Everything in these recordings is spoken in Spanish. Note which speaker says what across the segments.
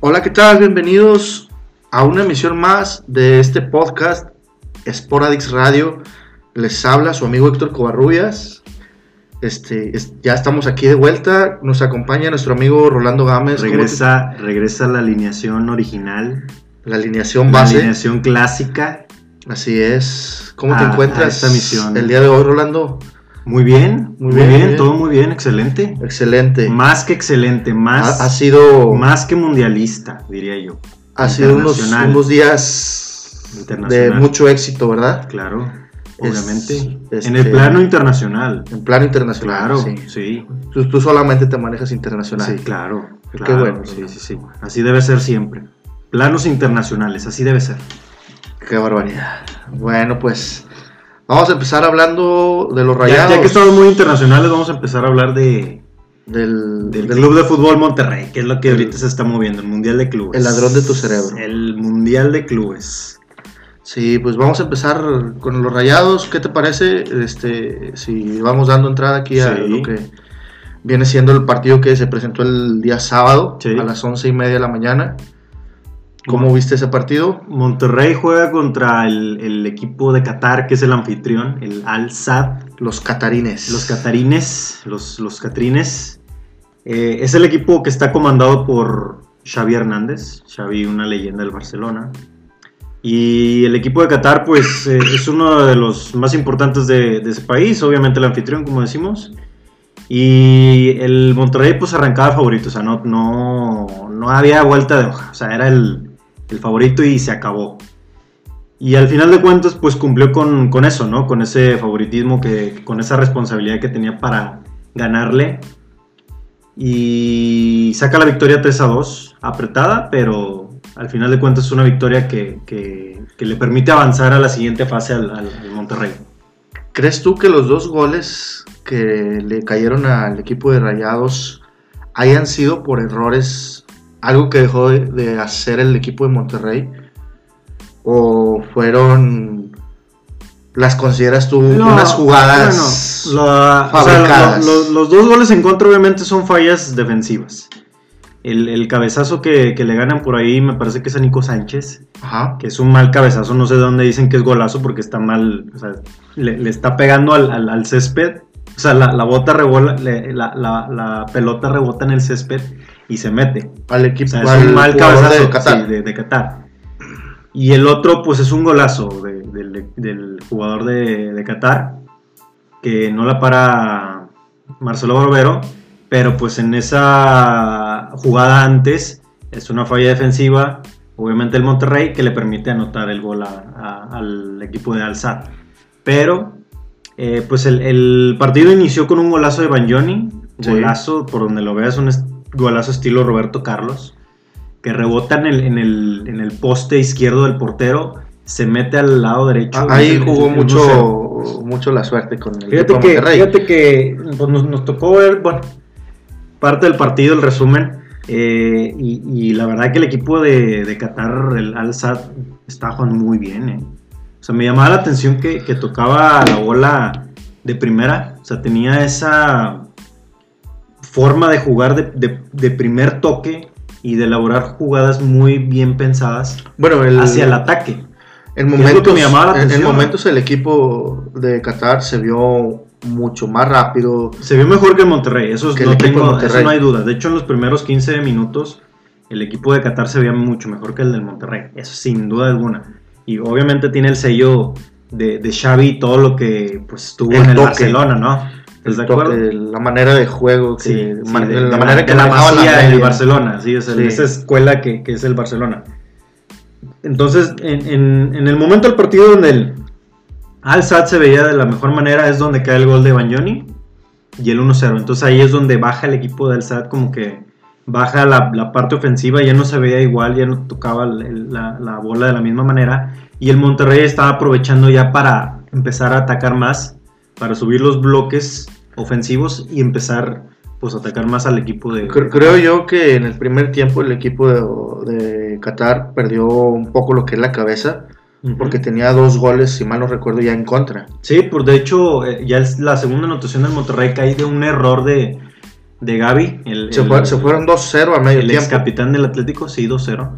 Speaker 1: Hola, ¿qué tal? Bienvenidos a una emisión más de este podcast Sporadix Radio. Les habla su amigo Héctor Covarrubias. Este, es- ya estamos aquí de vuelta. Nos acompaña nuestro amigo Rolando Gámez. ¿Cómo
Speaker 2: Regresa, regresa la alineación original,
Speaker 1: te- la alineación
Speaker 2: la
Speaker 1: base.
Speaker 2: alineación clásica.
Speaker 1: Así es. ¿Cómo te
Speaker 2: A- a
Speaker 1: encuentras
Speaker 2: esta misión.
Speaker 1: el día de hoy, Rolando?
Speaker 2: Muy bien,
Speaker 1: Muy
Speaker 2: muy,
Speaker 1: bien,
Speaker 2: bien,
Speaker 1: muy bien.
Speaker 2: todo muy bien, excelente.
Speaker 1: Excelente.
Speaker 2: Más que excelente, más,
Speaker 1: ha, ha sido,
Speaker 2: más que mundialista, diría yo.
Speaker 1: ha sido unos,
Speaker 2: internacional.
Speaker 1: unos días de
Speaker 2: Internacional.
Speaker 1: mucho éxito, ¿verdad?
Speaker 2: Claro,
Speaker 1: Es-
Speaker 2: obviamente. En
Speaker 1: este-
Speaker 2: el plano internacional.
Speaker 1: En plano internacional.
Speaker 2: Claro,
Speaker 1: sí.
Speaker 2: sí. Sí,
Speaker 1: Tú, tú solamente te manejas internacional.
Speaker 2: claro.
Speaker 1: Qué
Speaker 2: claro,
Speaker 1: bueno,
Speaker 2: Sí,
Speaker 1: ¿no?
Speaker 2: sí, sí. Así debe ser siempre. Planos internacionales, así debe ser.
Speaker 1: Qué barbaridad. Bueno, pues vamos a empezar hablando de los
Speaker 2: Ya,
Speaker 1: rayados.
Speaker 2: ya que estamos muy internacionales, vamos a empezar a hablar de,
Speaker 1: del,
Speaker 2: Del
Speaker 1: del-
Speaker 2: Club de Fútbol Monterrey, que es lo que ahorita se está moviendo, el Mundial de Clubes.
Speaker 1: El ladrón de tu cerebro.
Speaker 2: El Mundial de Clubes.
Speaker 1: Sí, pues vamos a empezar con los rayados. ¿Qué te parece? Este, si vamos dando entrada aquí a
Speaker 2: Sí.
Speaker 1: lo que viene siendo el partido que se presentó el día sábado
Speaker 2: Sí.
Speaker 1: a las once y media de la mañana. ¿Cómo viste ese partido?
Speaker 2: Monterrey juega contra el, el equipo de Qatar, que es el anfitrión, el Al Sadd,
Speaker 1: Los catarines.
Speaker 2: los catarines, los, los catrines. Eh, es el equipo que está comandado por Xavi Hernández, Xavi, una leyenda del Barcelona. Y el equipo de Qatar, pues, eh, es uno de los más importantes de, de ese país, obviamente el anfitrión, como decimos. Y el Monterrey, pues, arrancaba favorito, o sea, no, no, no había vuelta de hoja, o sea, era el, el favorito y se acabó. Y al final de cuentas, pues cumplió con, con eso, ¿no? Con ese favoritismo, que, con esa responsabilidad que tenía para ganarle. Y saca la victoria 3 a 2, apretada, pero al final de cuentas es una victoria que, que- que le permite avanzar a la siguiente fase al, al- al Monterrey.
Speaker 1: ¿Crees tú que los dos goles que le cayeron al equipo de Rayados hayan sido por errores, algo que dejó de, de hacer el equipo de Monterrey? ¿O fueron, las consideras tú
Speaker 2: No,
Speaker 1: unas jugadas?
Speaker 2: bueno, la- o sea,
Speaker 1: fabricadas.
Speaker 2: lo- lo- los dos goles en contra obviamente son fallas defensivas. El, el cabezazo que, que le ganan por ahí me parece que es a Nico Sánchez.
Speaker 1: Ajá.
Speaker 2: que es un mal cabezazo, no sé de dónde dicen que es golazo porque está mal, o sea, le, le está pegando al, al- al césped, o sea, la, la bota rebola, le- la, la- la pelota rebota en el césped y se mete.
Speaker 1: Al
Speaker 2: O
Speaker 1: equipo,
Speaker 2: sea, es
Speaker 1: al
Speaker 2: un mal
Speaker 1: jugador
Speaker 2: cabezazo sí,
Speaker 1: de Qatar.
Speaker 2: Qatar. Y el otro, pues es un golazo de- del, del jugador de, de Qatar, que no la para Marcelo Barbero, pero pues en esa jugada antes es una falla defensiva, obviamente el Monterrey, que le permite anotar el gol a- a- al equipo de Alzat. Pero, eh, pues el, el partido inició con un golazo de Banjoni,
Speaker 1: Sí.
Speaker 2: golazo, por donde lo veas, un est- golazo estilo Roberto Carlos, que rebota en el, en el, en el poste izquierdo del portero, se mete al lado derecho.
Speaker 1: Ah, Ahí
Speaker 2: el-
Speaker 1: jugó
Speaker 2: el- el 1-0.
Speaker 1: mucho, mucho la suerte con el
Speaker 2: Fíjate
Speaker 1: equipo de
Speaker 2: que,
Speaker 1: Monterrey.
Speaker 2: fíjate que pues, nos, nos tocó ver, bueno, parte del partido, el resumen. eh, y, y la verdad que el equipo de, de Qatar, el Al Sadd, está jugando muy bien. eh. O sea, me llamaba la atención que, que tocaba la bola de primera. O sea, tenía esa forma de jugar de, de- de primer toque y de elaborar jugadas muy bien pensadas
Speaker 1: Bueno, el,
Speaker 2: hacia el ataque.
Speaker 1: En
Speaker 2: Es lo que
Speaker 1: momentos,
Speaker 2: me llamaba la
Speaker 1: en- en
Speaker 2: atención.
Speaker 1: momentos el equipo de Qatar se vio mucho más rápido.
Speaker 2: Se vio mejor que el Monterrey, eso, es-
Speaker 1: Que el
Speaker 2: no,
Speaker 1: equipo
Speaker 2: tengo-
Speaker 1: de Monterrey.
Speaker 2: eso no hay duda. De hecho, en los primeros 15 minutos, el equipo de Qatar se veía mucho mejor que el del Monterrey, eso sin duda alguna. Y obviamente tiene el sello de, de Xavi y todo lo que pues, tuvo
Speaker 1: El
Speaker 2: en el
Speaker 1: toque.
Speaker 2: Barcelona, ¿no?
Speaker 1: El
Speaker 2: ¿Estás de
Speaker 1: toque,
Speaker 2: acuerdo?
Speaker 1: la manera de juego, que,
Speaker 2: Sí, sí,
Speaker 1: man-
Speaker 2: de-
Speaker 1: la
Speaker 2: de
Speaker 1: manera que
Speaker 2: de la
Speaker 1: manejaban la
Speaker 2: masía del
Speaker 1: media.
Speaker 2: Barcelona, sí, es el-
Speaker 1: Sí.
Speaker 2: esa escuela que, que es el Barcelona. Entonces, en, en- en el momento del partido donde el Al Sadd se veía de la mejor manera es donde cae el gol de Bagnoni y el 1-0. Entonces ahí es donde baja el equipo de Al Sadd como que baja la, la parte ofensiva, ya no se veía igual, ya no tocaba el- el- la, la bola de la misma manera. Y el Monterrey estaba aprovechando ya para empezar a atacar más, para subir los bloques ofensivos y empezar pues a atacar más al equipo de...
Speaker 1: Cre- Creo yo que en el primer tiempo el equipo de, de Qatar perdió un poco lo que es la cabeza,
Speaker 2: Ujú.
Speaker 1: porque tenía dos goles, si mal no recuerdo, ya en contra.
Speaker 2: pues, Sí, por de hecho, eh, ya es la segunda anotación del Monterrey cae de un error de, de Gaby. El,
Speaker 1: Se,
Speaker 2: el-
Speaker 1: fue- se fueron 2-0 a medio
Speaker 2: el ex
Speaker 1: tiempo.
Speaker 2: capitán del Atlético, sí, 2-0.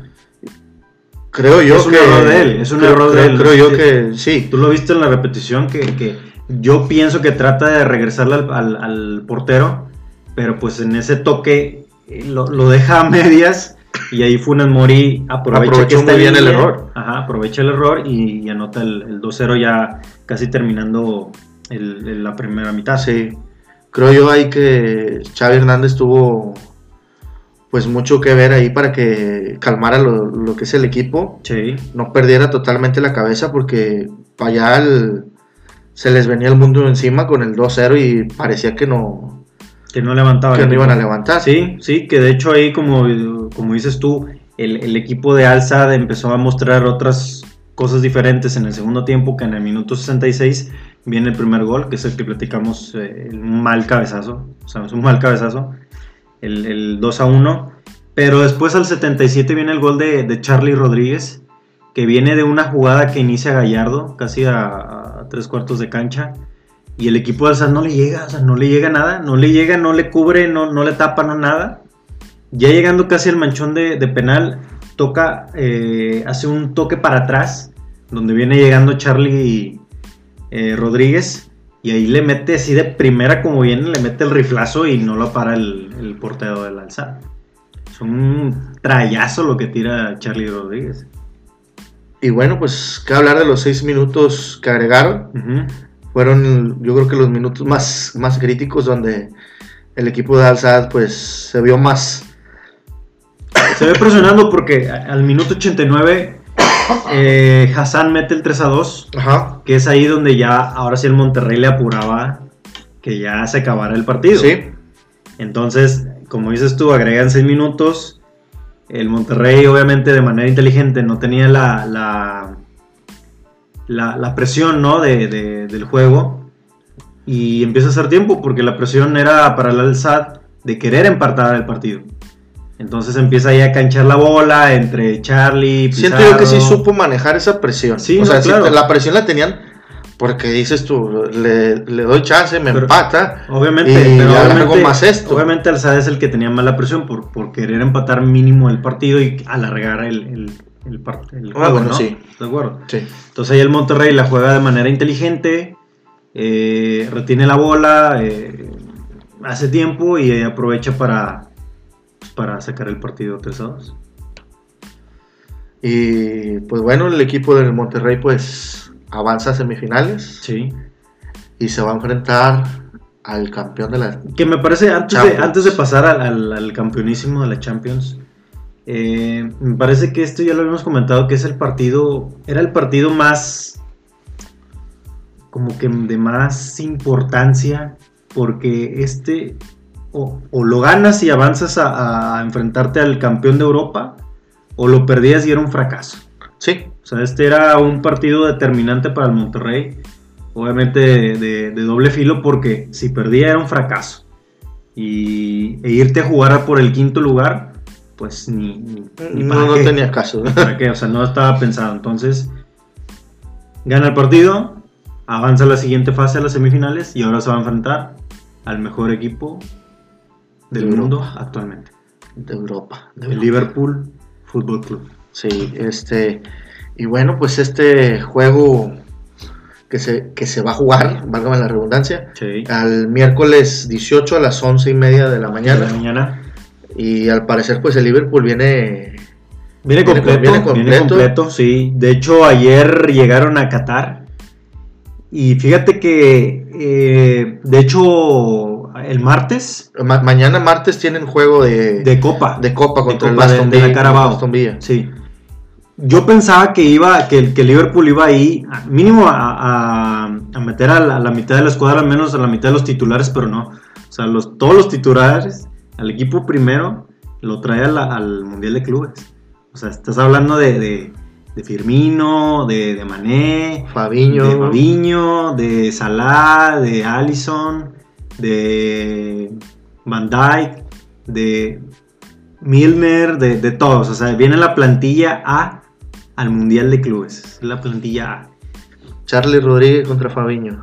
Speaker 1: Creo yo
Speaker 2: Es un
Speaker 1: que.
Speaker 2: error de él, es un
Speaker 1: creo-
Speaker 2: error de
Speaker 1: creo-
Speaker 2: él.
Speaker 1: Creo yo que sí.
Speaker 2: Tú lo viste en la repetición que, que yo pienso que trata de regresarle al, al- al portero, pero pues en ese toque eh, lo, lo deja a medias y ahí Funes Mori aprovecha
Speaker 1: Aprovechó
Speaker 2: que está
Speaker 1: muy bien
Speaker 2: en
Speaker 1: el
Speaker 2: línea.
Speaker 1: error.
Speaker 2: Ajá, aprovecha el error y, y anota el, el 2-0 ya casi terminando el- el- la primera mitad.
Speaker 1: Sí. Creo yo ahí que Xavi Hernández tuvo pues mucho que ver ahí para que calmara lo, lo que es el equipo,
Speaker 2: Sí.
Speaker 1: no perdiera totalmente la cabeza porque para allá el- se les venía el mundo encima con el 2-0 y parecía que no,
Speaker 2: Que no levantaba.
Speaker 1: que
Speaker 2: el
Speaker 1: no
Speaker 2: equipo.
Speaker 1: iban a levantar.
Speaker 2: Sí, sí, que de hecho ahí, como, como dices tú, el, el equipo de Alzad empezó a mostrar otras cosas diferentes en el segundo tiempo, que en el minuto 66 viene el primer gol, que es el que platicamos, eh, el mal cabezazo, o sea, es un mal cabezazo, el, el 2 a 1, pero después al 77 viene el gol de, de Charlie Rodríguez, que viene de una jugada que inicia Gallardo, casi a, a tres cuartos de cancha, y el equipo de Alzad no le llega, o sea, no le llega nada, no le llega, no le cubre, no, no le tapa, no nada. Ya llegando casi al manchón de, de penal, toca, eh, hace un toque para atrás, donde viene llegando Charlie eh, Rodríguez, y ahí le mete así de primera como viene, le mete el riflazo y no lo para el, el portero del Alzad. Es un trayazo lo que tira Charlie Rodríguez.
Speaker 1: Y bueno, pues que hablar de los seis minutos que agregaron.
Speaker 2: Ujú.
Speaker 1: fueron yo creo que los minutos más, más críticos donde el equipo de Al-Sadd pues se vio más
Speaker 2: Se ve presionando porque a- al minuto 89 eh, Hassan mete el 3 a 2,
Speaker 1: ajá
Speaker 2: que es ahí donde ya ahora sí el Monterrey le apuraba que ya se acabara el partido.
Speaker 1: sí
Speaker 2: Entonces, como dices tú, agregan 6 minutos. El Monterrey obviamente de manera inteligente no tenía la, la, la- la presión ¿no? de- de- del juego y empieza a hacer tiempo porque la presión era para el Alzad de querer empatar el partido. Entonces empieza ahí a canchar la bola entre Charlie, Pizarro.
Speaker 1: siento yo que sí supo manejar esa presión
Speaker 2: Sí,
Speaker 1: o
Speaker 2: no,
Speaker 1: sea sí,
Speaker 2: claro.
Speaker 1: la presión la tenían porque dices tú le, le doy chance me
Speaker 2: Pero-
Speaker 1: empata
Speaker 2: Obviamente,
Speaker 1: Y
Speaker 2: pero
Speaker 1: ya
Speaker 2: obviamente,
Speaker 1: algo más esto.
Speaker 2: obviamente Alzada es el que tenía mala presión por, por querer empatar mínimo el partido y alargar el, el, el, par- el
Speaker 1: Ah,
Speaker 2: juego,
Speaker 1: bueno,
Speaker 2: ¿no?
Speaker 1: sí.
Speaker 2: De acuerdo.
Speaker 1: sí
Speaker 2: Entonces ahí el Monterrey la juega de manera inteligente, eh, retiene la bola, eh, hace tiempo y eh, aprovecha para, para sacar el partido 3 a 2.
Speaker 1: y pues bueno el equipo del Monterrey pues avanza a semifinales
Speaker 2: Sí.
Speaker 1: y se va a enfrentar al campeón de la
Speaker 2: Que me parece, antes de,
Speaker 1: Champions.
Speaker 2: antes de pasar al, al- al campeonísimo de la Champions, eh, me parece que esto ya lo habíamos comentado, que es el partido, era el partido más, como que de más importancia, porque este, o, o lo ganas y avanzas a, a enfrentarte al campeón de Europa, o lo perdías y era un fracaso.
Speaker 1: sí
Speaker 2: O sea, este era un partido determinante para el Monterrey. Obviamente de, de- de doble filo porque si perdía era un fracaso. Y e irte a jugar a por el quinto lugar, pues ni, ni, ni para
Speaker 1: no, no
Speaker 2: qué.
Speaker 1: tenía caso
Speaker 2: ¿Para qué? O sea, no estaba pensado. Entonces, gana el partido, avanza a la siguiente fase, a las semifinales, y ahora se va a enfrentar al mejor equipo del
Speaker 1: De
Speaker 2: mundo actualmente.
Speaker 1: de Europa de
Speaker 2: El
Speaker 1: Europa.
Speaker 2: Liverpool Fútbol Club.
Speaker 1: Sí, este. Y bueno, pues este juego que se, que se va a jugar, válgame la redundancia,
Speaker 2: Sí.
Speaker 1: al miércoles 18 a las 11 y media de la
Speaker 2: De la
Speaker 1: mañana.
Speaker 2: mañana.
Speaker 1: Y al parecer, pues el Liverpool viene.
Speaker 2: Viene
Speaker 1: Viene
Speaker 2: completo, viene
Speaker 1: con-
Speaker 2: completo,
Speaker 1: viene
Speaker 2: sí. De hecho, ayer llegaron a Qatar. Y fíjate que, eh, de hecho, el martes
Speaker 1: ma- mañana martes tienen juego de,
Speaker 2: de Copa.
Speaker 1: de Copa contra
Speaker 2: Copa
Speaker 1: el
Speaker 2: de-
Speaker 1: Aston
Speaker 2: de la
Speaker 1: Villa.
Speaker 2: Carabao.
Speaker 1: Aston Villa.
Speaker 2: sí. Yo pensaba que iba, que, el- que Liverpool iba ahí, a- mínimo a, a- a meter a la, a la mitad de la escuadra, al menos a la mitad de los titulares, pero no. O sea, los, todos los titulares, al equipo primero, lo trae a la- al Mundial de Clubes. O sea, estás hablando de, de, de Firmino, de, de Mané,
Speaker 1: Fabinho.
Speaker 2: de Fabinho, de Salah, de Allison, de Van Dyke, de Milner, de, de todos. O sea, viene la plantilla A al Mundial de Clubes. Es La plantilla A.
Speaker 1: Charlie Rodríguez contra Fabinho.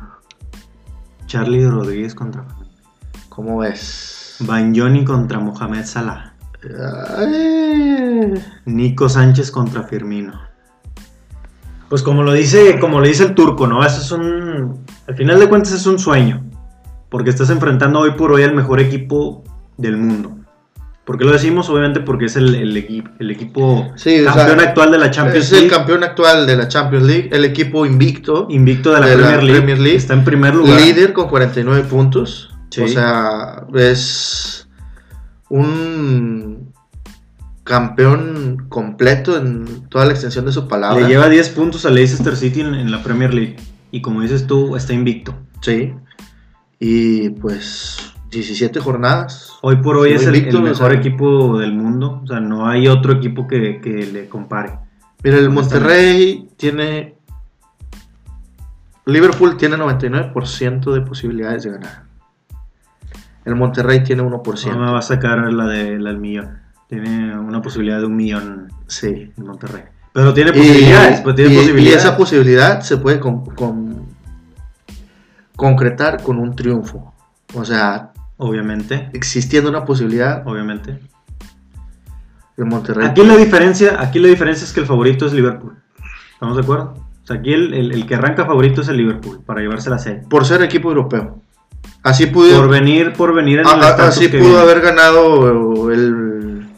Speaker 2: Charlie Rodríguez contra Fabinho.
Speaker 1: ¿Cómo ves?
Speaker 2: Banyoni contra Mohamed Salah.
Speaker 1: Ay.
Speaker 2: Nico Sánchez contra Firmino. Pues como lo dice, como le dice el turco, ¿no? Eso es un. Al final de cuentas es un sueño. Porque estás enfrentando hoy por hoy al mejor equipo del mundo. ¿Por qué lo decimos? Obviamente porque es el, el, equi- el equipo
Speaker 1: Sí, o
Speaker 2: campeón
Speaker 1: sea,
Speaker 2: actual de la Champions
Speaker 1: es el
Speaker 2: League.
Speaker 1: campeón actual de la Champions League, el equipo invicto,
Speaker 2: Invicto de la, Premier, League, Está en primer lugar.
Speaker 1: líder con 49 puntos.
Speaker 2: Sí.
Speaker 1: O sea, es un campeón completo en toda la extensión de su palabra.
Speaker 2: Le lleva 10 puntos a Leicester City en, en la Premier League. Y como dices tú, está invicto.
Speaker 1: Sí. Y pues 17 jornadas.
Speaker 2: Hoy por hoy
Speaker 1: Sí,
Speaker 2: es el,
Speaker 1: invicto,
Speaker 2: el
Speaker 1: o sea.
Speaker 2: mejor equipo del mundo. O sea, no hay otro equipo que, que le compare.
Speaker 1: Mira, el Monterrey tiene... Liverpool tiene 99% de posibilidades de ganar. El Monterrey tiene 1%.
Speaker 2: No me va a sacar la, de, la del millón. Tiene una posibilidad de un millón
Speaker 1: Sí.
Speaker 2: en Monterrey. Pero tiene
Speaker 1: Y-
Speaker 2: posibilidades. pues tiene
Speaker 1: y- y
Speaker 2: posibilidades.
Speaker 1: esa posibilidad se puede con- con- concretar con un triunfo. O sea,
Speaker 2: obviamente.
Speaker 1: existiendo una posibilidad,
Speaker 2: Obviamente.
Speaker 1: el Monterrey.
Speaker 2: Aquí la diferencia, aquí la diferencia es que el favorito es Liverpool. ¿Estamos de acuerdo? O sea, aquí el, el- el que arranca favorito es el Liverpool para llevarse la serie.
Speaker 1: Por ser equipo europeo. Así pudieron
Speaker 2: Por venir, por venir en
Speaker 1: Ah,
Speaker 2: el
Speaker 1: ah,
Speaker 2: estatus
Speaker 1: así
Speaker 2: que
Speaker 1: pudo
Speaker 2: viene.
Speaker 1: haber ganado el.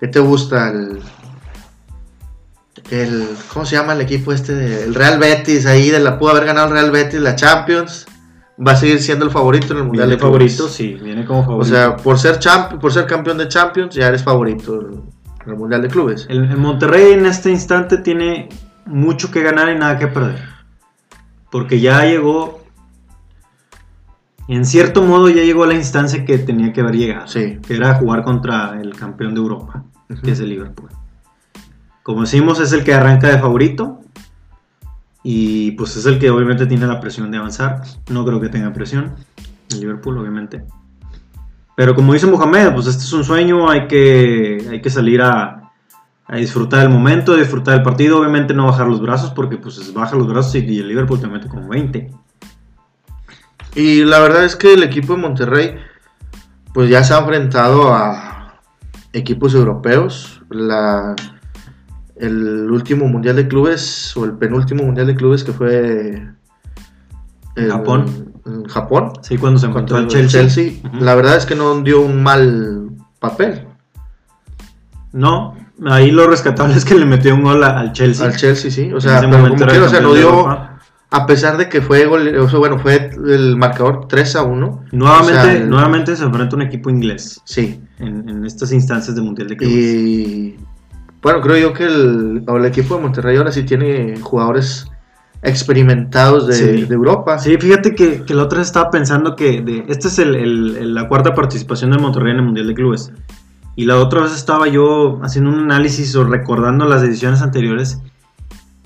Speaker 1: ¿Qué te gusta? El, el- ¿Cómo se llama el equipo este? de- El Real Betis, ahí de la pudo haber ganado el Real Betis la Champions. Va a seguir siendo el favorito en el Mundial
Speaker 2: Viene
Speaker 1: de Clubes.
Speaker 2: favorito, sí, viene como
Speaker 1: O
Speaker 2: favorito.
Speaker 1: sea, por ser, champ- por ser campeón de Champions, ya eres favorito en el Mundial de Clubes.
Speaker 2: El, el Monterrey en este instante tiene mucho que ganar y nada que perder. Porque ya llegó. En cierto modo ya llegó a la instancia que tenía que haber llegado.
Speaker 1: Sí.
Speaker 2: Que era jugar contra el campeón de Europa,
Speaker 1: Ujú.
Speaker 2: que es el Liverpool. Como decimos, es el que arranca de favorito. Y pues es el que obviamente tiene la presión de avanzar. No creo que tenga presión. El Liverpool, obviamente. Pero como dice Mohamed, pues este es un sueño, hay que, hay que salir a, a disfrutar el momento, a disfrutar el partido, obviamente no bajar los brazos, porque pues es- baja los brazos y, y el Liverpool te mete como 20.
Speaker 1: Y la verdad es que el equipo de Monterrey, pues ya se ha enfrentado a equipos europeos. La, el último mundial de clubes, o el penúltimo mundial de clubes que fue. en
Speaker 2: Japón.
Speaker 1: En Japón.
Speaker 2: Sí, cuando se encontró
Speaker 1: Contra
Speaker 2: el
Speaker 1: el
Speaker 2: Chelsea.
Speaker 1: Chelsea.
Speaker 2: Ujú.
Speaker 1: La verdad es que no dio un mal papel
Speaker 2: No, ahí lo rescatable es que le metió un gol a- al Chelsea.
Speaker 1: al Chelsea, sí. O
Speaker 2: En
Speaker 1: sea,
Speaker 2: ese
Speaker 1: pero como
Speaker 2: momento era el
Speaker 1: quiera, o sea, no
Speaker 2: campeón de
Speaker 1: dio.
Speaker 2: Europa.
Speaker 1: A pesar de que fue gole- o sea, bueno, fue el marcador 3 a 1.
Speaker 2: Nuevamente,
Speaker 1: o sea, el-
Speaker 2: nuevamente se enfrenta un equipo inglés
Speaker 1: Sí.
Speaker 2: en, en estas instancias de Mundial de Clubes.
Speaker 1: Y bueno, creo yo que el, o el equipo de Monterrey ahora sí tiene jugadores experimentados de,
Speaker 2: Sí.
Speaker 1: de Europa.
Speaker 2: Sí, fíjate que, que la otra vez estaba pensando que de- esta es el- el- el- la cuarta participación del Monterrey en el Mundial de Clubes. Y la otra vez estaba yo haciendo un análisis o recordando las ediciones anteriores.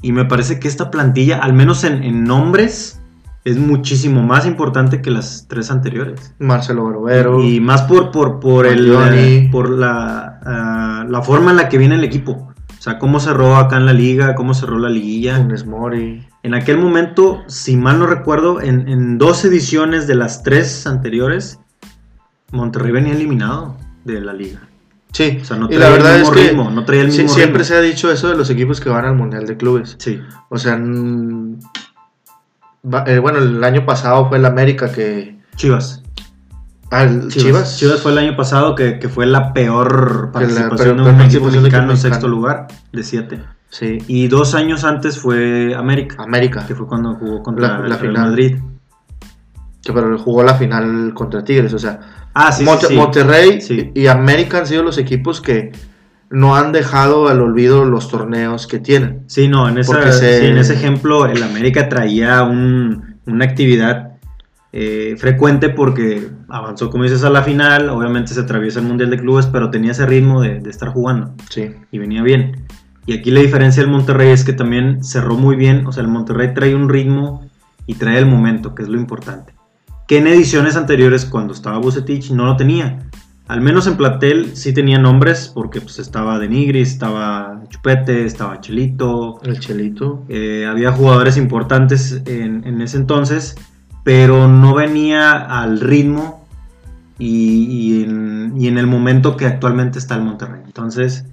Speaker 2: Y me parece que esta plantilla, al menos en, en nombres, es muchísimo más importante que las tres anteriores.
Speaker 1: Marcelo Barovero.
Speaker 2: y más por, por, por, el,
Speaker 1: Mangione.
Speaker 2: eh, por la, ah, la forma en la que viene el equipo. O sea, cómo cerró acá en la liga, cómo cerró la liguilla.
Speaker 1: Funes Mori.
Speaker 2: En aquel momento, si mal no recuerdo, en, en dos ediciones de las tres anteriores, Monterrey venía eliminado de la liga.
Speaker 1: Sí,
Speaker 2: O sea, no
Speaker 1: y
Speaker 2: traía
Speaker 1: la verdad
Speaker 2: el
Speaker 1: es
Speaker 2: mismo
Speaker 1: que
Speaker 2: ritmo. No traía el
Speaker 1: sí,
Speaker 2: mismo
Speaker 1: siempre
Speaker 2: ritmo.
Speaker 1: se ha dicho eso de los equipos que van al Mundial de Clubes.
Speaker 2: Sí,
Speaker 1: O sea, mm, va- eh, bueno, el año pasado fue el América que...
Speaker 2: Chivas.
Speaker 1: al Chivas.
Speaker 2: Chivas fue el año pasado que, que fue la peor
Speaker 1: Que la
Speaker 2: participación
Speaker 1: peor
Speaker 2: de
Speaker 1: participación
Speaker 2: un equipo
Speaker 1: de equipo
Speaker 2: mexicano en
Speaker 1: mexicano.
Speaker 2: sexto lugar, de siete.
Speaker 1: Sí,
Speaker 2: Y dos años antes fue América,
Speaker 1: América.
Speaker 2: que fue cuando jugó contra
Speaker 1: La-
Speaker 2: el
Speaker 1: la
Speaker 2: Real
Speaker 1: final.
Speaker 2: Madrid.
Speaker 1: Que pero jugó la final contra Tigres. O sea,
Speaker 2: Ah, sí, sí,
Speaker 1: Monte-
Speaker 2: sí.
Speaker 1: Monterrey
Speaker 2: Sí.
Speaker 1: y América han sido los equipos que no han dejado al olvido los torneos que tienen.
Speaker 2: Sí, no, en, esa-
Speaker 1: Porque se-
Speaker 2: sí, en ese ejemplo el América traía un- una actividad eh, frecuente porque avanzó, como dices, a la final, obviamente se atraviesa el Mundial de Clubes, pero tenía ese ritmo de, de estar jugando
Speaker 1: Sí.
Speaker 2: y venía bien. Y aquí la diferencia del Monterrey es que también cerró muy bien, o sea, el Monterrey trae un ritmo y trae el momento, que es lo importante. Que en ediciones anteriores, cuando estaba Bucetich, no lo tenía. Al menos en Platel sí tenía nombres, porque pues estaba Denigris, estaba Chupete, estaba Chelito,
Speaker 1: El Chelito.
Speaker 2: eh, había jugadores importantes en, en ese entonces, pero no venía al ritmo y, y en, y en el momento que actualmente está el Monterrey. Entonces,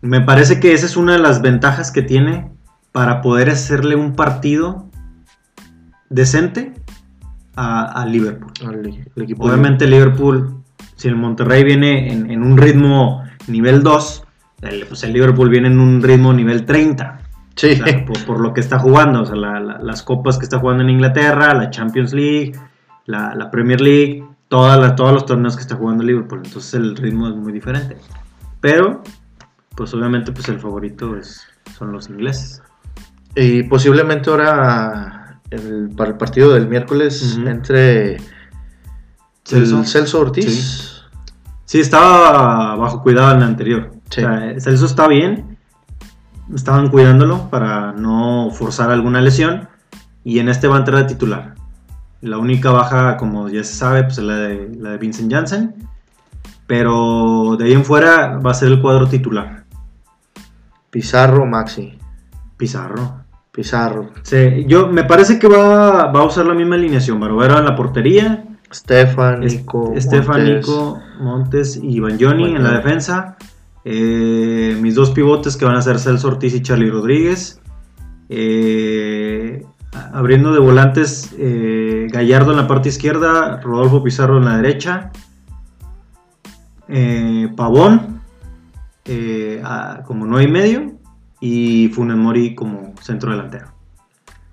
Speaker 2: me parece que esa es una de las ventajas que tiene para poder hacerle un partido decente a, a Liverpool.
Speaker 1: al e- el equipo de-
Speaker 2: Obviamente Liverpool, si el Monterrey viene en, en un ritmo nivel 2, el, pues el Liverpool viene en un ritmo nivel 30.
Speaker 1: Sí,
Speaker 2: O sea, por, por lo que está jugando, o sea, la- la- las copas que está jugando en Inglaterra, la Champions League, la, la Premier League, todas las- todos los torneos que está jugando Liverpool. Entonces el ritmo es muy diferente. Pero, pues obviamente, pues el favorito es, son los ingleses.
Speaker 1: y posiblemente ahora el, para el partido del miércoles
Speaker 2: Ujú.
Speaker 1: entre
Speaker 2: Celso.
Speaker 1: el Celso Ortiz.
Speaker 2: Sí, estaba bajo cuidado en la anterior.
Speaker 1: Sí.
Speaker 2: O sea, Celso está bien. Estaban cuidándolo para no forzar alguna lesión. Y en este va a entrar de titular. La única baja, como ya se sabe, pues es la de, la de Vincent Janssen. Pero de ahí en fuera va a ser el cuadro titular.
Speaker 1: Pizarro Maxi.
Speaker 2: Pizarro.
Speaker 1: Pizarro.
Speaker 2: Sí, yo, me parece que va, va a usar la misma alineación. Barovero en la portería.
Speaker 1: Stefanico. Montes.
Speaker 2: Estefanico Montes y Banjoni en la
Speaker 1: Banjoni.
Speaker 2: defensa. Eh, mis dos pivotes que van a ser Celso Ortiz y Charlie Rodríguez. Eh, a- abriendo de volantes eh, Gallardo en la parte izquierda, Rodolfo Pizarro en la derecha. Eh, Pavón eh, a- como 9 y medio y Funes Mori como centro delantero.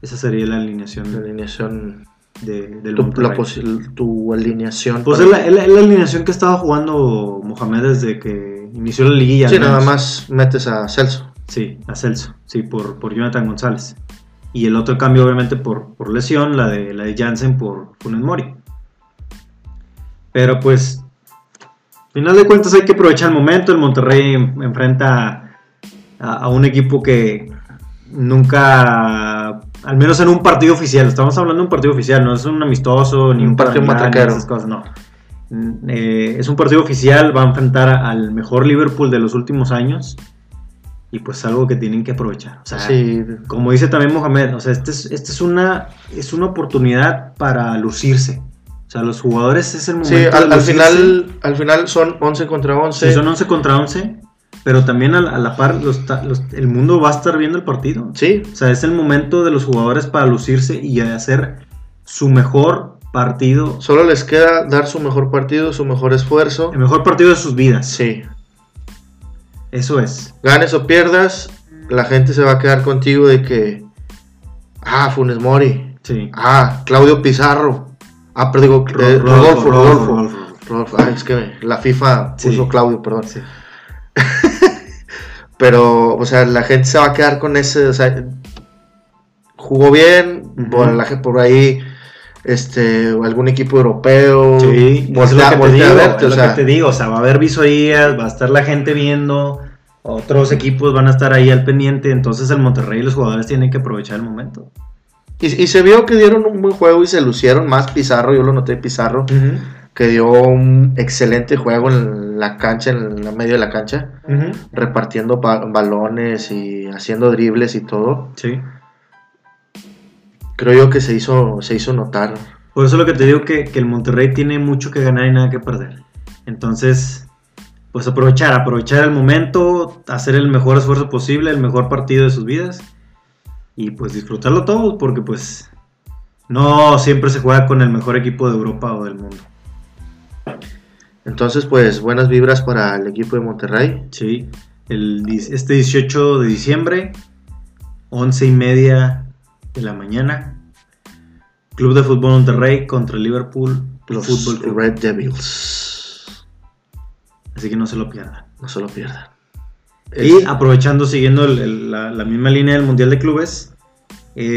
Speaker 2: Esa sería la
Speaker 1: La
Speaker 2: alineación
Speaker 1: alineación.
Speaker 2: de, del
Speaker 1: Tu, la
Speaker 2: Monterrey.
Speaker 1: posi- tu alineación.
Speaker 2: Pues es
Speaker 1: para-
Speaker 2: la, es la- es la alineación que ha estado jugando Mohamed desde que inició la liguilla.
Speaker 1: Sí,
Speaker 2: al menos.
Speaker 1: nada más metes a Celso.
Speaker 2: Sí, a Celso, sí, por, por Jonathan González. Y el otro cambio, obviamente, por, por lesión, la de, la de Jansen por Funes Mori. Pero pues, al final de cuentas hay que aprovechar el momento. El Monterrey en- enfrenta a, a un equipo que nunca, al menos en un partido oficial, estamos hablando de un partido oficial, no es un amistoso ni
Speaker 1: Un
Speaker 2: un,
Speaker 1: partido
Speaker 2: familiar, ni
Speaker 1: matraquero.
Speaker 2: esas cosas, no. Mm, eh, es un partido oficial, va a enfrentar a- al mejor Liverpool de los últimos años y pues algo que tienen que aprovechar. O sea,
Speaker 1: sí,
Speaker 2: como dice también Mohamed, o sea, esta es, esta es, una, es una oportunidad para lucirse. O sea, los jugadores es el momento.
Speaker 1: sí
Speaker 2: de
Speaker 1: al, al
Speaker 2: lucirse.
Speaker 1: final, al final son 11 contra
Speaker 2: Sí,
Speaker 1: 11.
Speaker 2: son 11 contra 11, pero también a la, a la par los ta- los- el mundo va a estar viendo el partido.
Speaker 1: Sí,
Speaker 2: O sea, es el momento de los jugadores para lucirse y hacer su mejor partido,
Speaker 1: solo les queda dar su mejor partido, su mejor esfuerzo.
Speaker 2: el mejor partido de sus vidas.
Speaker 1: Sí,
Speaker 2: Eso es.
Speaker 1: ganes o pierdas, la gente se va a quedar contigo de que. Ah, Funes Mori.
Speaker 2: Sí.
Speaker 1: Ah, Claudio Pizarro. Ah, pero digo,
Speaker 2: Ro-
Speaker 1: eh, Rodolfo, Rodolfo.
Speaker 2: Rodolfo, Rodolfo.
Speaker 1: Rodolfo. Ah, es que la FIFA
Speaker 2: Sí.
Speaker 1: puso Claudio, perdón.
Speaker 2: Sí.
Speaker 1: Pero, o sea, la gente se va a quedar con ese. O sea, jugó bien.
Speaker 2: Ujú.
Speaker 1: por, la- por ahí, este, algún equipo europeo.
Speaker 2: Sí,
Speaker 1: voltea-
Speaker 2: es lo que te
Speaker 1: voltea a
Speaker 2: digo,
Speaker 1: verte,
Speaker 2: es
Speaker 1: o
Speaker 2: lo
Speaker 1: sea,
Speaker 2: que te digo, o sea, va a haber visorías, va a estar la gente viendo, otros equipos van a estar ahí al pendiente, entonces el Monterrey y los jugadores tienen que aprovechar el momento.
Speaker 1: y, y se vio que dieron un buen juego y se lucieron más Pizarro. Yo lo noté, Pizarro, que dio un excelente juego en la cancha, en la medio de la cancha, repartiendo ba- balones y haciendo dribles y todo.
Speaker 2: Sí.
Speaker 1: Creo yo que se hizo, se hizo notar.
Speaker 2: Por eso lo que te digo que, que el Monterrey tiene mucho que ganar y nada que perder. Entonces, pues aprovechar, aprovechar el momento, hacer el mejor esfuerzo posible, el mejor partido de sus vidas y pues disfrutarlo todo porque pues no siempre se juega con el mejor equipo de Europa o del mundo.
Speaker 1: Entonces, pues, buenas vibras para el equipo de Monterrey.
Speaker 2: Sí, el, dis- este 18 de diciembre, 11 y media de la mañana, Club de Fútbol Monterrey contra Liverpool
Speaker 1: Los
Speaker 2: Fútbol Club.
Speaker 1: Red Devils.
Speaker 2: Así que no se lo pierdan.
Speaker 1: No se lo pierdan.
Speaker 2: Y
Speaker 1: Es-
Speaker 2: aprovechando, siguiendo el- el- la, la misma línea del Mundial de Clubes,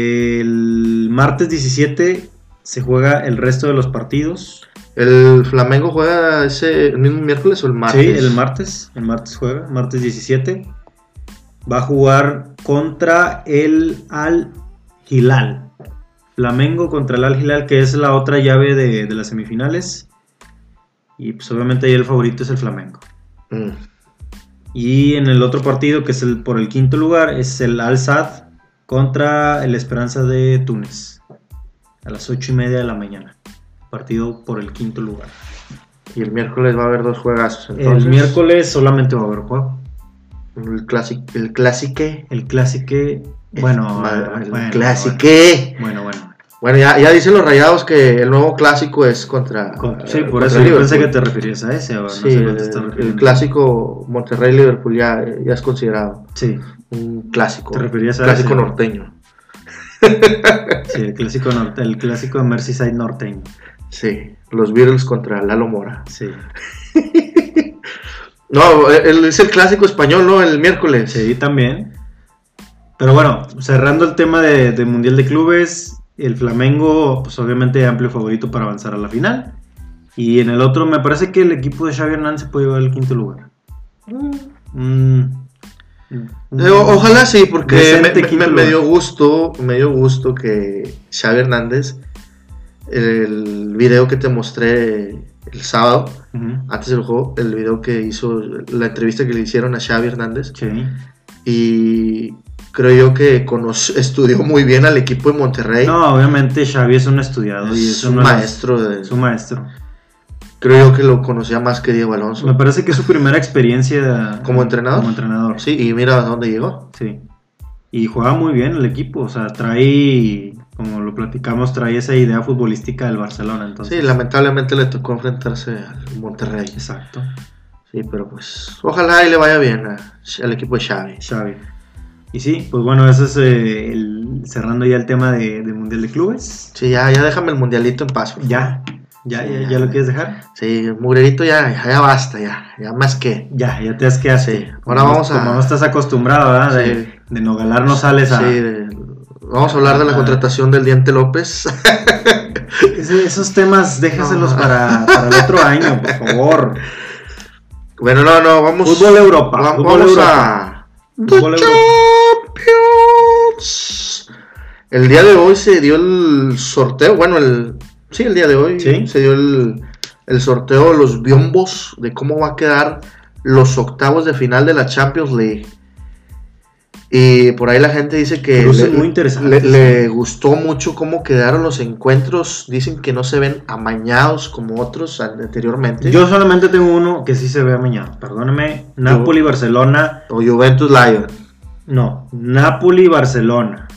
Speaker 2: el martes 17 se juega el resto de los partidos.
Speaker 1: el Flamengo juega ese el mismo miércoles o el martes.
Speaker 2: Sí, el martes, el martes juega, martes 17. Va a jugar contra el Al Hilal. Flamengo contra el Al Hilal, que es la otra llave de, de las semifinales. Y pues obviamente ahí el favorito es el Flamengo.
Speaker 1: Mm.
Speaker 2: Y en el otro partido, que es el por el quinto lugar, es el Al Sadd contra el Esperanza de Túnez. A las 8 y media de la mañana. partido por el quinto lugar.
Speaker 1: Y el miércoles va a haber dos juegazos.
Speaker 2: el
Speaker 1: entonces.
Speaker 2: miércoles solamente va a haber juego.
Speaker 1: El clásico. El clásique.
Speaker 2: El clásique.
Speaker 1: es-
Speaker 2: Bueno,
Speaker 1: madre,
Speaker 2: bueno,
Speaker 1: el
Speaker 2: bueno,
Speaker 1: clásique.
Speaker 2: Bueno, bueno.
Speaker 1: Bueno, ya, ya dicen los rayados que el nuevo clásico es contra.
Speaker 2: Con-
Speaker 1: eh,
Speaker 2: sí, por
Speaker 1: contra
Speaker 2: eso yo pensé que
Speaker 1: Liverpool.
Speaker 2: te referías a ese. o No
Speaker 1: Sí,
Speaker 2: sé cuál te estás
Speaker 1: el, el
Speaker 2: refiriendo.
Speaker 1: clásico Monterrey-Liverpool ya, ya es considerado
Speaker 2: Sí,
Speaker 1: un clásico.
Speaker 2: te referías a
Speaker 1: clásico
Speaker 2: ese.
Speaker 1: norteño.
Speaker 2: Sí, el clásico, norte, el clásico de Merseyside Norteño.
Speaker 1: Sí, los Beatles contra Lalo Mora.
Speaker 2: Sí.
Speaker 1: No, el- es el clásico español, ¿no? El miércoles.
Speaker 2: Sí, también. Pero bueno, cerrando el tema de, de Mundial de Clubes, el Flamengo, pues obviamente amplio favorito para avanzar a la final. Y en el otro, me parece que el equipo de Xavi Hernández se puede llevar al quinto lugar. Mm. Mm.
Speaker 1: Eh, o- ojalá sí, porque me,
Speaker 2: Decente
Speaker 1: me-
Speaker 2: quinto
Speaker 1: me- me
Speaker 2: lugar.
Speaker 1: dio gusto, me dio gusto que Xavi Hernández, el video que te mostré el sábado,
Speaker 2: Ujú.
Speaker 1: antes del juego, el video que hizo, la entrevista que le hicieron a Xavi Hernández.
Speaker 2: Sí.
Speaker 1: Y creo yo que conoce- estudió muy bien al equipo de Monterrey.
Speaker 2: No, obviamente Xavi es un estudiado y
Speaker 1: es
Speaker 2: es
Speaker 1: un
Speaker 2: uno de los-
Speaker 1: maestro. de-
Speaker 2: es un maestro.
Speaker 1: creo yo que lo conocía más que Diego
Speaker 2: Me
Speaker 1: Alonso.
Speaker 2: parece que es su primera experiencia
Speaker 1: ¿Como entrenador?
Speaker 2: Como entrenador.
Speaker 1: Sí, y mira a dónde llegó.
Speaker 2: Sí. Y juega muy bien el equipo, o sea, trae, como lo platicamos, trae esa idea futbolística del Barcelona, entonces.
Speaker 1: Sí, lamentablemente le tocó enfrentarse al Monterrey.
Speaker 2: Exacto.
Speaker 1: Sí, pero pues ojalá y le vaya bien a- al equipo de Xavi.
Speaker 2: Xavi. Y sí, pues bueno, eso es eh, el- cerrando ya el tema de, del Mundial de Clubes.
Speaker 1: Sí, ya, ya déjame el mundialito en paz. por favor.
Speaker 2: Ya, ya,
Speaker 1: Sí,
Speaker 2: ya,
Speaker 1: ya.
Speaker 2: ya lo quieres dejar.
Speaker 1: Sí, mugrerito ya, ya, ya basta, ya, ya más que.
Speaker 2: Ya, ya te has quedado.
Speaker 1: Sí, ahora vamos a-
Speaker 2: Como no estás acostumbrado, ¿verdad? De,
Speaker 1: Sí.
Speaker 2: de nogalar no sales a.
Speaker 1: Sí, de- vamos a hablar de la
Speaker 2: Ah.
Speaker 1: contratación del Diente López.
Speaker 2: Ese- esos temas déjaselos
Speaker 1: No.
Speaker 2: para, para el otro año, por favor.
Speaker 1: bueno, no, no, vamos.
Speaker 2: Fútbol Europa.
Speaker 1: va-
Speaker 2: fútbol
Speaker 1: Pues, vamos a.
Speaker 2: Europa. Fútbol
Speaker 1: The
Speaker 2: Europa.
Speaker 1: Champions. El día de hoy se dio el sorteo. Bueno, el. Sí, el día de hoy
Speaker 2: Sí.
Speaker 1: se dio el, el sorteo de los biombos de cómo va a quedar los octavos de final de la Champions League. Y por ahí la gente dice que
Speaker 2: Pero eso es muy
Speaker 1: le-
Speaker 2: interesante.
Speaker 1: le gustó mucho cómo quedaron los encuentros. Dicen que no se ven amañados como otros anteriormente.
Speaker 2: Yo solamente tengo uno que sí se ve mañana. Perdóname. Napoli, Barcelona.
Speaker 1: o Juventus Lion.
Speaker 2: No. Napoli, Barcelona.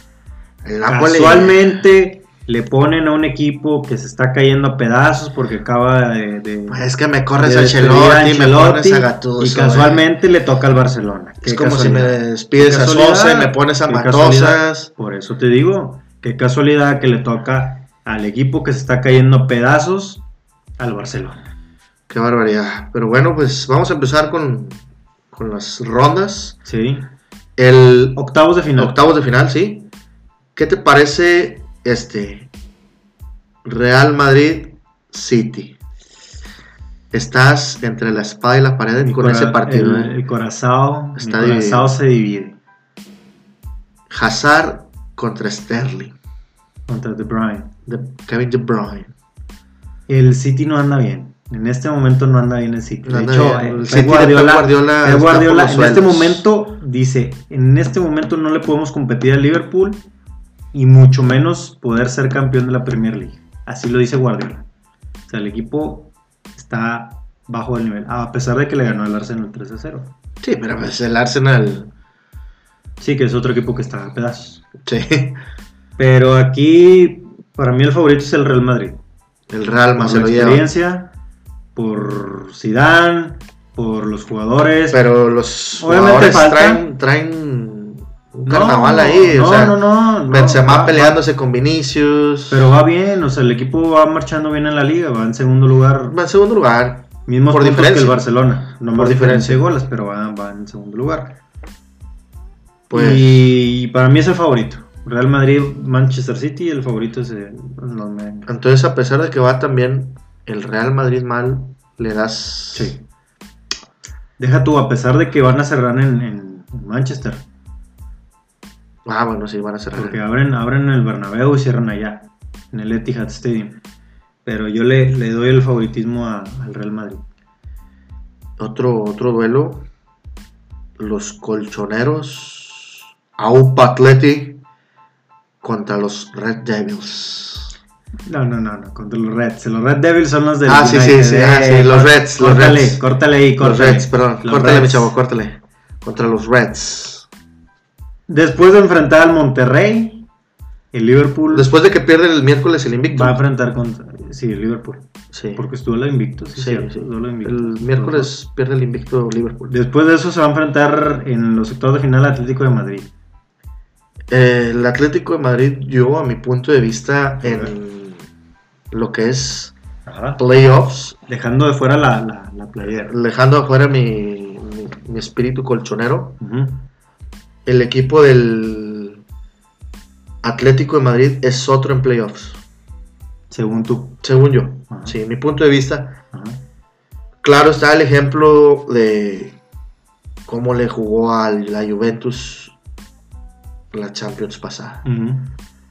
Speaker 1: El Napoli-
Speaker 2: Casualmente le ponen a un equipo que se está cayendo a pedazos porque acaba de. de-
Speaker 1: Pues es que me corres
Speaker 2: de
Speaker 1: a
Speaker 2: despedir
Speaker 1: Chelotti, me
Speaker 2: Ancelotti,
Speaker 1: pones a Gattuso.
Speaker 2: Y casualmente le toca al Barcelona.
Speaker 1: güey.
Speaker 2: Qué
Speaker 1: eh. Es como si me
Speaker 2: casualidad.
Speaker 1: despides
Speaker 2: Qué
Speaker 1: a
Speaker 2: casualidad,
Speaker 1: Sosa y me pones a
Speaker 2: qué
Speaker 1: Matosas.
Speaker 2: Por eso te digo. Qué casualidad que le toca al equipo que se está cayendo a pedazos al Barcelona.
Speaker 1: Qué barbaridad. Pero bueno, pues vamos a empezar con, con las rondas.
Speaker 2: Sí.
Speaker 1: El
Speaker 2: Octavos de final.
Speaker 1: octavos de final, ¿sí? ¿Qué te parece este Real Madrid City? Estás entre la espada y la pared
Speaker 2: El
Speaker 1: con
Speaker 2: cora-
Speaker 1: ese partido.
Speaker 2: El,
Speaker 1: ¿eh?
Speaker 2: el Corazao, el
Speaker 1: Está
Speaker 2: Corazao se divide
Speaker 1: Hazard contra Sterling,
Speaker 2: contra De Bruyne.
Speaker 1: de Kevin De Bruyne.
Speaker 2: El City no anda bien. En este momento no anda bien el City.
Speaker 1: No
Speaker 2: de
Speaker 1: anda
Speaker 2: hecho,
Speaker 1: bien.
Speaker 2: eh,
Speaker 1: El
Speaker 2: Pep
Speaker 1: City de Pep
Speaker 2: Guardiola,
Speaker 1: Guardiola
Speaker 2: Pep
Speaker 1: Ah, está
Speaker 2: Guardiola
Speaker 1: por
Speaker 2: en
Speaker 1: los
Speaker 2: este
Speaker 1: suelos.
Speaker 2: momento dice, en este momento no le podemos competir al Liverpool y mucho menos poder ser campeón de la Premier League. Así lo dice Guardiola. O sea, el equipo está bajo el nivel, a pesar de que le ganó al Arsenal 3 0.
Speaker 1: Sí, pero pues el Arsenal.
Speaker 2: Sí, que es otro equipo que está a pedazos.
Speaker 1: Sí.
Speaker 2: Pero aquí, para mí el favorito es el Real Madrid.
Speaker 1: El Real más
Speaker 2: por
Speaker 1: se
Speaker 2: la
Speaker 1: Ah, lo lleva.
Speaker 2: experiencia, por Zidane, por los jugadores.
Speaker 1: Pero los
Speaker 2: pues. Obviamente
Speaker 1: jugadores
Speaker 2: falta.
Speaker 1: traen, traen un
Speaker 2: No,
Speaker 1: carnaval ahí.
Speaker 2: No,
Speaker 1: o sea,
Speaker 2: no, no, no,
Speaker 1: Benzema
Speaker 2: va-
Speaker 1: peleándose con Vinicius.
Speaker 2: va- pero va bien, o sea, el equipo va marchando bien en la liga, va en segundo lugar,
Speaker 1: va en segundo lugar.
Speaker 2: mismos
Speaker 1: por
Speaker 2: puntos que
Speaker 1: diferencia.
Speaker 2: el Barcelona, no
Speaker 1: Por
Speaker 2: más
Speaker 1: diferencia.
Speaker 2: diferencia de goles, pero va, va en segundo lugar.
Speaker 1: Pues
Speaker 2: Y para mí es el favorito. Real Madrid, Manchester City, el favorito es eh, el, no me-
Speaker 1: entonces, a pesar de que va también el Real Madrid mal, le das.
Speaker 2: Sí. Deja tú, a pesar de que van a cerrar en- en Manchester,
Speaker 1: Ah, bueno, sí, van a cerrar.
Speaker 2: Porque abren, abren el Bernabéu y cierran allá, en el Etihad Stadium. Pero yo le, le doy el favoritismo a- al Real Madrid.
Speaker 1: Otro, otro duelo. Los colchoneros. Aupa Atleti contra los Red Devils.
Speaker 2: No, no, no, no, contra los Reds. Los Red Devils son los de
Speaker 1: Ah, sí, sí, sí, ah, sí, los Reds, los
Speaker 2: córtale,
Speaker 1: Reds.
Speaker 2: Córtale ahí,
Speaker 1: Los
Speaker 2: córtale.
Speaker 1: Reds, perdón.
Speaker 2: Los
Speaker 1: córtale, mi
Speaker 2: Reds.
Speaker 1: chavo, córtale. Contra los Reds.
Speaker 2: Después de enfrentar al Monterrey, el Liverpool
Speaker 1: Después de que pierde el miércoles el invicto.
Speaker 2: va a enfrentar contra. Sí, el Liverpool.
Speaker 1: sí.
Speaker 2: Porque estuvo la invicto, sí,
Speaker 1: Sí,
Speaker 2: cierto,
Speaker 1: sí.
Speaker 2: estuvo la invicto.
Speaker 1: El miércoles pierde el invicto Liverpool.
Speaker 2: Después de eso se va a enfrentar en los sectores de final Atlético de Madrid.
Speaker 1: Eh, el Atlético de Madrid, yo, a mi punto de vista, en lo que es
Speaker 2: Ajá.
Speaker 1: playoffs,
Speaker 2: Dejando de fuera la, la, la playera.
Speaker 1: dejando afuera mi, mi- mi espíritu colchonero,
Speaker 2: Ujú.
Speaker 1: el equipo del Atlético de Madrid es otro en playoffs,
Speaker 2: Según tú.
Speaker 1: según yo.
Speaker 2: Ajá.
Speaker 1: Sí, mi punto de vista.
Speaker 2: Ajá.
Speaker 1: Claro está el ejemplo de cómo le jugó a la Juventus la Champions pasada.
Speaker 2: Ujú.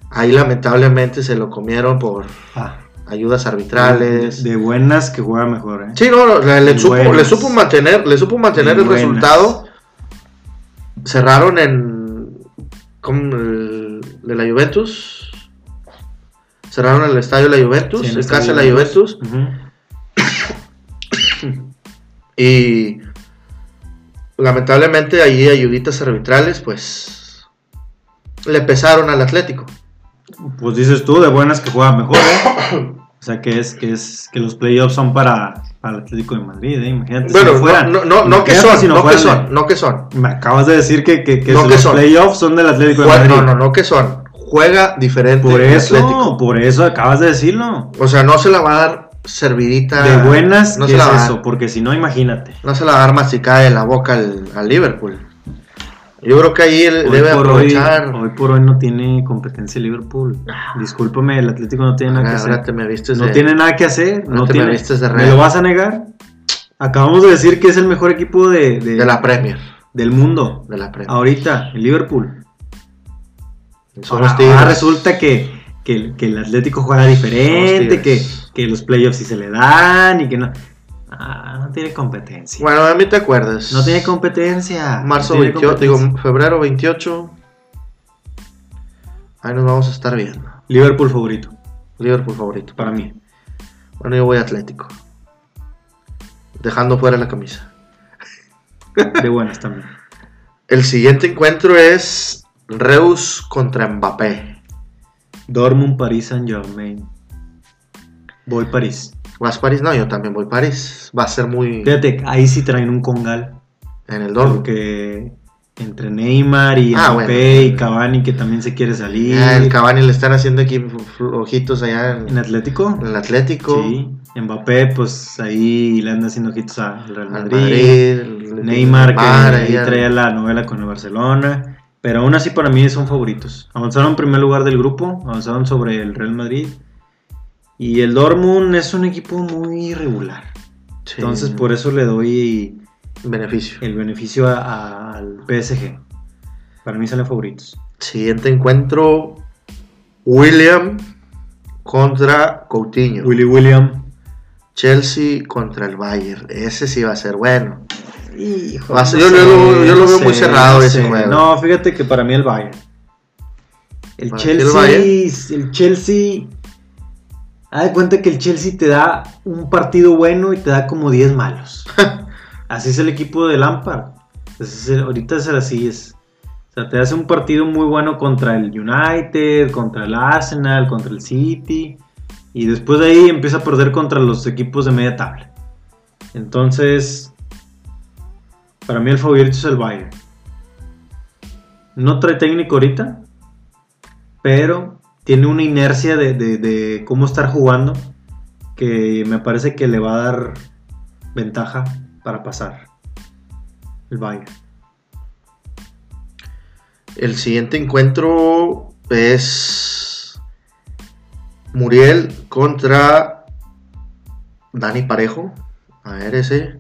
Speaker 1: Ahí lamentablemente se lo comieron por
Speaker 2: Ah.
Speaker 1: ayudas arbitrales.
Speaker 2: De, de buenas que juega mejor, ¿eh?
Speaker 1: Sí, no, no, le, le
Speaker 2: Muy
Speaker 1: supo,
Speaker 2: buenas.
Speaker 1: le supo mantener, le supo mantener
Speaker 2: Muy
Speaker 1: el
Speaker 2: buenas.
Speaker 1: resultado. Cerraron en con el, de la Juventus. Cerraron el estadio de la Juventus,
Speaker 2: Sí, en
Speaker 1: el
Speaker 2: esta
Speaker 1: casa de la Juventus
Speaker 2: Ujú.
Speaker 1: y lamentablemente ahí ayuditas arbitrales pues le pesaron al Atlético.
Speaker 2: Pues dices tú, de buenas que juega mejor, ¿eh? O sea, que es que es que los playoffs son para, para el Atlético de Madrid, ¿eh? Imagínate
Speaker 1: bueno,
Speaker 2: si no fueran.
Speaker 1: no, no, no, no que
Speaker 2: Imagínate
Speaker 1: son,
Speaker 2: si
Speaker 1: no, que
Speaker 2: fueran de-
Speaker 1: son, no que son.
Speaker 2: Me acabas de decir que, que, que
Speaker 1: No, que
Speaker 2: los
Speaker 1: son.
Speaker 2: playoffs son del Atlético de
Speaker 1: Jue-
Speaker 2: Madrid.
Speaker 1: no, no, no que son. Juega diferente
Speaker 2: Por
Speaker 1: el
Speaker 2: eso,
Speaker 1: Atlético.
Speaker 2: por eso acabas de decirlo.
Speaker 1: O sea, no se la va a dar servidita.
Speaker 2: De buenas,
Speaker 1: Ah, no
Speaker 2: ¿qué
Speaker 1: se,
Speaker 2: es
Speaker 1: la va, a
Speaker 2: eso?
Speaker 1: dar-
Speaker 2: Porque si no, imagínate.
Speaker 1: no se la va a dar masticada de la boca al, al Liverpool. Yo creo que ahí él
Speaker 2: Hoy
Speaker 1: debe
Speaker 2: por, hoy,
Speaker 1: aprovechar. Ah.
Speaker 2: hoy por hoy no tiene competencia Liverpool. Discúlpame, el Atlético no tiene nada que
Speaker 1: ahora,
Speaker 2: hacer.
Speaker 1: Ah, ahora te me vistes
Speaker 2: No
Speaker 1: de-
Speaker 2: tiene nada que hacer.
Speaker 1: no
Speaker 2: No
Speaker 1: te
Speaker 2: tiene,
Speaker 1: me vistes de
Speaker 2: ¿Me
Speaker 1: real.
Speaker 2: lo vas a negar? Acabamos de decir que es el mejor equipo de, de-
Speaker 1: de la Premier.
Speaker 2: del mundo.
Speaker 1: De la Premier.
Speaker 2: Ahorita, el Liverpool.
Speaker 1: Son
Speaker 2: Ahora,
Speaker 1: los Tigres.
Speaker 2: ahora resulta que, que, que el Atlético juega diferente,
Speaker 1: Son los
Speaker 2: que,
Speaker 1: Tigres.
Speaker 2: que los playoffs sí se le dan y que no. Ah, no tiene competencia.
Speaker 1: Bueno, a mí te acuerdas.
Speaker 2: No tiene competencia.
Speaker 1: Marzo
Speaker 2: no tiene
Speaker 1: 28,
Speaker 2: competencia.
Speaker 1: digo, febrero 28. Ahí nos vamos a estar viendo.
Speaker 2: Liverpool favorito,
Speaker 1: Liverpool favorito.
Speaker 2: para mí.
Speaker 1: Bueno, yo voy a Atlético. Dejando fuera la camisa.
Speaker 2: De buenas también.
Speaker 1: El siguiente encuentro es Reus contra Mbappé.
Speaker 2: Dortmund, París, Saint Germain. Voy París.
Speaker 1: ¿Vas a París? No, yo también voy a París. Va a ser muy
Speaker 2: Fíjate, ahí sí traen un congal.
Speaker 1: en el Dortmund.
Speaker 2: Porque entre Neymar y
Speaker 1: Ah,
Speaker 2: Mbappé
Speaker 1: bueno.
Speaker 2: y Cavani, que también se quiere salir.
Speaker 1: Ah, el Cavani le están haciendo aquí ojitos allá en,
Speaker 2: ¿En Atlético?
Speaker 1: en el Atlético,
Speaker 2: Sí. Mbappé, pues ahí le anda haciendo ojitos a- al Real
Speaker 1: al
Speaker 2: Madrid.
Speaker 1: Madrid, el-
Speaker 2: Neymar, que
Speaker 1: Neymar,
Speaker 2: ahí
Speaker 1: allá.
Speaker 2: traía la novela con el Barcelona. Pero aún así para mí son favoritos. Avanzaron en primer lugar del grupo, avanzaron sobre el Real Madrid. Y el Dortmund es un equipo muy irregular.
Speaker 1: Sí,
Speaker 2: Entonces por eso le doy
Speaker 1: beneficio.
Speaker 2: el beneficio a- a- al PSG. Para mí salen favoritos.
Speaker 1: Siguiente encuentro, William contra Coutinho.
Speaker 2: Willy William.
Speaker 1: Chelsea contra el Bayern. Ese sí va a ser bueno.
Speaker 2: Hijo,
Speaker 1: Va a ser- Ah, yo- yo lo- yo lo veo muy cerrado ese juego.
Speaker 2: No, fíjate que para mí el Bayern. El
Speaker 1: Para ti el
Speaker 2: Chelsea. El,
Speaker 1: Bayern.
Speaker 2: Chelsea. Haz de cuenta que el Chelsea te da un partido bueno y te da como 10 malos. así es el equipo de Lampard. Entonces, eh, ahorita es así es. O sea, te hace un partido muy bueno contra el United, contra el Arsenal, contra el City. Y después de ahí empieza a perder contra los equipos de media tabla. Entonces, para mí el favorito es el Bayern. No trae técnico ahorita, pero tiene una inercia de, de- de cómo estar jugando que me parece que le va a dar ventaja para pasar el Bayern.
Speaker 1: El siguiente encuentro es Muriel contra Dani Parejo. A ver ese.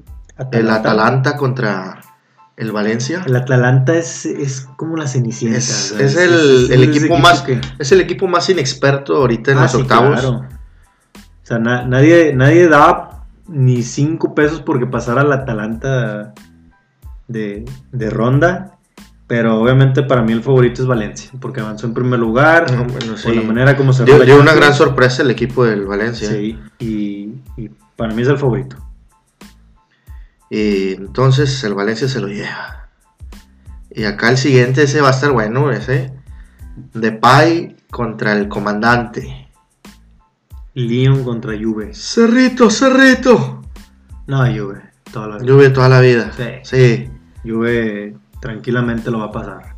Speaker 1: El Atalanta contra el Valencia.
Speaker 2: El Atalanta es, es como la cenicienta.
Speaker 1: Es-
Speaker 2: o sea,
Speaker 1: es el- el
Speaker 2: ese
Speaker 1: equipo más-
Speaker 2: que-
Speaker 1: Es el equipo más inexperto ahorita en
Speaker 2: Ah,
Speaker 1: los
Speaker 2: sí,
Speaker 1: octavos.
Speaker 2: claro. O sea, na- nadie, nadie daba ni cinco pesos porque pasara la Atalanta de, de ronda. Pero obviamente para mí el favorito es Valencia, porque avanzó en primer lugar,
Speaker 1: No, Ah, bueno, sí.
Speaker 2: por la manera como se
Speaker 1: Dio, dio una gran sorpresa el equipo del Valencia.
Speaker 2: Sí, y, y para mí es el favorito.
Speaker 1: Y entonces el Valencia se lo lleva. Y acá el siguiente, ese va a estar bueno, ese. Depay contra el comandante.
Speaker 2: Lyon contra Juve.
Speaker 1: Cerrito, Cerrito.
Speaker 2: No, Juve, toda la vida.
Speaker 1: Lluve toda la vida.
Speaker 2: Sí.
Speaker 1: Sí.
Speaker 2: Juve tranquilamente lo va a pasar.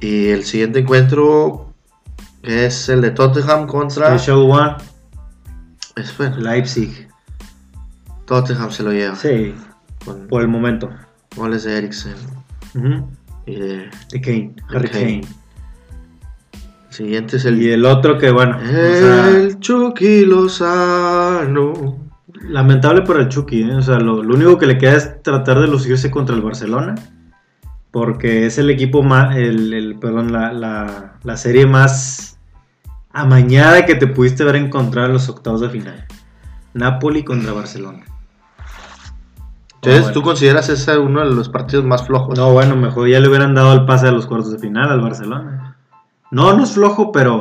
Speaker 1: Y el siguiente encuentro es el de Tottenham contra.
Speaker 2: Special One,
Speaker 1: Es bueno,
Speaker 2: Leipzig.
Speaker 1: Tottenham se lo lleva.
Speaker 2: Sí,
Speaker 1: Con
Speaker 2: por el momento.
Speaker 1: goles de Eriksen.
Speaker 2: Ujú.
Speaker 1: Y de-
Speaker 2: De Kane, Harry
Speaker 1: Ok.
Speaker 2: Kane.
Speaker 1: el siguiente es
Speaker 2: Y
Speaker 1: el.
Speaker 2: el otro que, bueno, o sea,
Speaker 1: El Chucky Lozano.
Speaker 2: Ah, lamentable por el Chucky. ¿eh? O sea, lo, lo único que le queda es tratar de lucirse contra el Barcelona. Porque es el equipo más, el, el- perdón, la, la- la serie más amañada que te pudiste ver encontrar en los octavos de final. Napoli contra Barcelona.
Speaker 1: Entonces,
Speaker 2: Oh,
Speaker 1: ¿tú
Speaker 2: bueno.
Speaker 1: consideras ese uno de los partidos más flojos?
Speaker 2: No, bueno, mejor ya le hubieran dado el pase a los cuartos de final al Barcelona. No, no es flojo, pero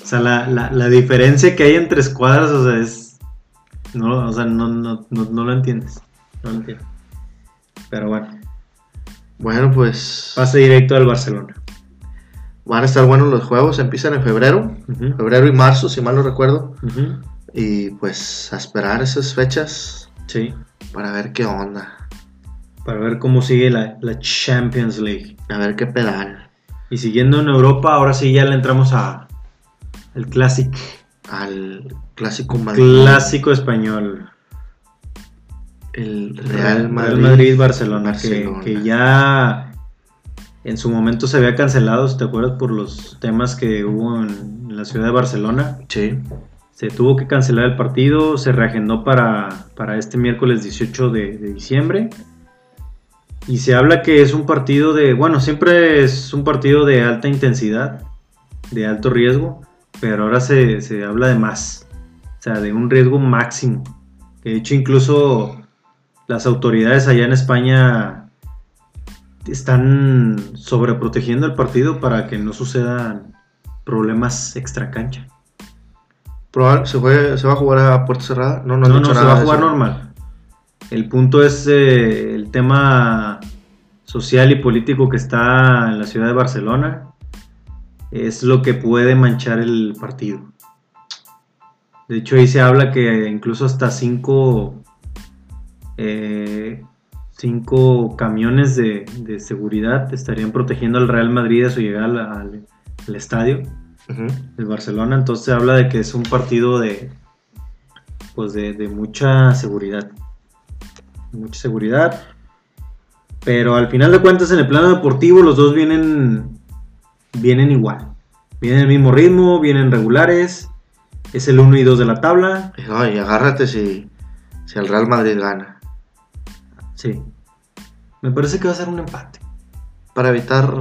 Speaker 2: o sea, la, la- la diferencia que hay entre escuadras, o sea, es. No, o sea, no, no, no, no lo entiendes. No lo entiendo. Pero bueno,
Speaker 1: Bueno, pues
Speaker 2: pase directo al Barcelona.
Speaker 1: van a estar buenos los juegos. Empiezan en febrero,
Speaker 2: Ujú,
Speaker 1: febrero y marzo, si mal no recuerdo.
Speaker 2: ujú,
Speaker 1: Y pues a esperar esas fechas
Speaker 2: Sí,
Speaker 1: para ver qué onda,
Speaker 2: para ver cómo sigue la, la Champions League.
Speaker 1: a ver qué pedal.
Speaker 2: Y siguiendo en Europa, ahora sí ya le entramos a. El clásico,
Speaker 1: Al clásico Madrid,
Speaker 2: clásico español.
Speaker 1: el Real Madrid,
Speaker 2: Barcelona, que-
Speaker 1: Barcelona.
Speaker 2: Que, ya en su momento se había cancelado, si te acuerdas, por los temas que hubo en, en la ciudad de Barcelona.
Speaker 1: Sí,
Speaker 2: Se tuvo que cancelar el partido, se reagendó para, para este miércoles 18 de, de diciembre. Y se habla que es un partido de, bueno, siempre es un partido de alta intensidad, de alto riesgo, pero ahora se, se habla de más, o sea, de un riesgo máximo. De hecho, incluso las autoridades allá en España están sobreprotegiendo el partido para que no sucedan problemas extracancha.
Speaker 1: Probable- ¿Se, fue- ¿Se va a jugar a puerta cerrada? No, no, han
Speaker 2: No,
Speaker 1: dicho
Speaker 2: no, se
Speaker 1: nada
Speaker 2: va a
Speaker 1: de
Speaker 2: jugar
Speaker 1: eso.
Speaker 2: normal. El punto es eh, el tema social y político que está en la ciudad de Barcelona. Es lo que puede manchar el partido. De hecho, ahí se habla que incluso hasta cinco, eh, cinco camiones de, de seguridad estarían protegiendo al Real Madrid a su llegada al- al- al estadio
Speaker 1: Ujú.
Speaker 2: el Barcelona, entonces se habla de que es un partido de pues de, de mucha seguridad. De mucha seguridad. Pero al final de cuentas en el plano deportivo los dos vienen vienen igual. Vienen al mismo ritmo, vienen regulares. Es el 1 y 2 de la tabla.
Speaker 1: Y, no, y agárrate si, si el Real Madrid gana.
Speaker 2: Sí. Me parece que va a ser un empate.
Speaker 1: Para evitar...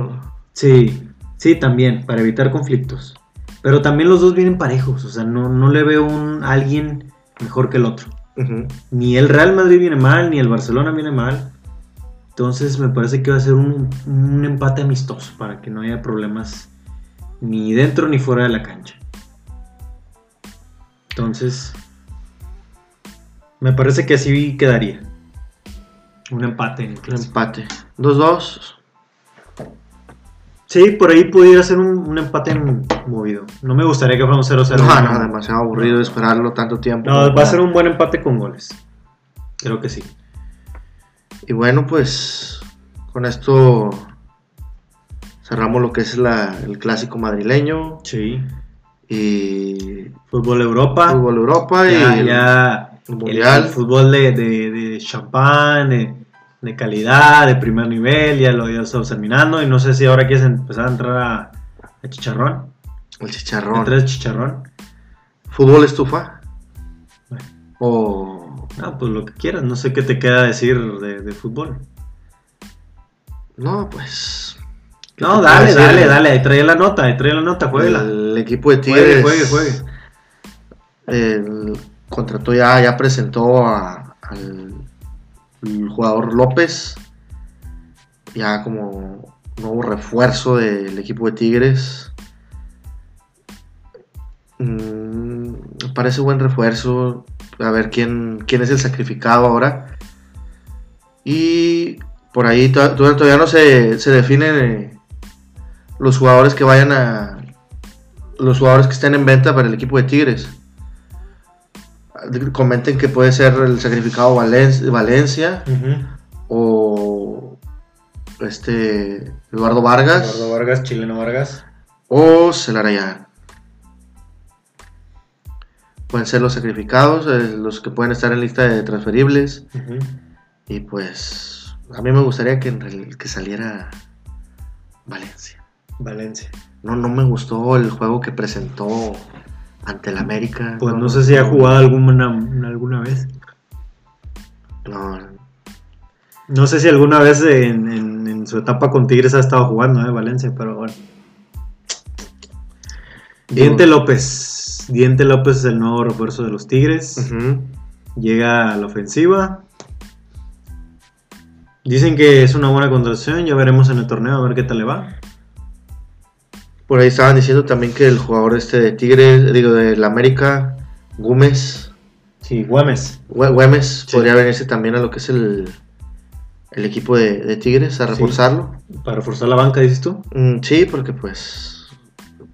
Speaker 2: Sí, sí, también, para evitar conflictos. Pero también los dos vienen parejos, o sea, no, no le veo un alguien mejor que el otro.
Speaker 1: Ujú.
Speaker 2: ni el Real Madrid viene mal, ni el Barcelona viene mal. Entonces me parece que va a ser un, un empate amistoso para que no haya problemas ni dentro ni fuera de la cancha. Entonces, me parece que así quedaría. Un empate en el
Speaker 1: Un
Speaker 2: clásico.
Speaker 1: empate. 2-2.
Speaker 2: Sí, por ahí pudiera ser un, un empate en- movido. No me gustaría que fuera un 0-0.
Speaker 1: No, no, demasiado aburrido esperarlo tanto tiempo.
Speaker 2: No, va a ser un buen empate con goles. Creo que sí.
Speaker 1: Y bueno, pues con esto cerramos lo que es la- el clásico madrileño
Speaker 2: Sí.
Speaker 1: y
Speaker 2: Fútbol Europa.
Speaker 1: fútbol Europa
Speaker 2: ya,
Speaker 1: y
Speaker 2: ya
Speaker 1: el
Speaker 2: el-
Speaker 1: mundial.
Speaker 2: el fútbol de, de, de champán, de, de calidad, de primer nivel, ya lo ya lo estamos terminando. Y no sé si ahora quieres empezar a entrar a, a chicharrón.
Speaker 1: el chicharrón.
Speaker 2: ¿Entras a chicharrón?
Speaker 1: ¿Fútbol estufa?
Speaker 2: Bueno.
Speaker 1: O
Speaker 2: No, pues lo que quieras. No sé qué te queda decir de, de fútbol.
Speaker 1: no, pues ¿qué
Speaker 2: No,
Speaker 1: te
Speaker 2: dale,
Speaker 1: puedo decir?
Speaker 2: dale, dale. Ahí trae la nota, ahí trae la nota, juega.
Speaker 1: El equipo de
Speaker 2: Juegue,
Speaker 1: Tigres
Speaker 2: juegue, juegue.
Speaker 1: el- contrató ya, ya presentó a- al, al jugador López ya como nuevo refuerzo del equipo de Tigres. Mm, me parece buen refuerzo. A ver quién, quién es el sacrificado ahora. Y por ahí to- to- todavía no se, se definen eh, los jugadores que vayan a. Los jugadores que estén en venta para el equipo de Tigres. Comenten que puede ser el sacrificado Valen- Valencia o este Eduardo Vargas
Speaker 2: Eduardo Vargas, Chileno Vargas.
Speaker 1: o Celarayán. Pueden ser los sacrificados, eh, los que pueden estar en lista de transferibles. Y pues a mí me gustaría que, en real- que saliera Valencia.
Speaker 2: Valencia.
Speaker 1: No, no me gustó el juego que presentó ante el América.
Speaker 2: Pues no sé si ha jugado alguna, alguna vez.
Speaker 1: No,
Speaker 2: No sé si alguna vez en, en- en su etapa con Tigres ha estado jugando, ¿eh? Valencia, pero bueno. Diente López. Diente López es el nuevo refuerzo de los Tigres.
Speaker 1: Ujú.
Speaker 2: Llega a la ofensiva. Dicen que es una buena contratación. Ya veremos en el torneo a ver qué tal le va.
Speaker 1: Por ahí estaban diciendo también que el jugador este de Tigres, digo, del América, Gómez,
Speaker 2: Sí, Güemes.
Speaker 1: Gü- Güemes,
Speaker 2: Sí.
Speaker 1: podría venirse también a lo que es el, el equipo de, de Tigres, a
Speaker 2: Sí.
Speaker 1: reforzarlo.
Speaker 2: Para forzar la banca, dices tú.
Speaker 1: Mm, Sí, porque pues...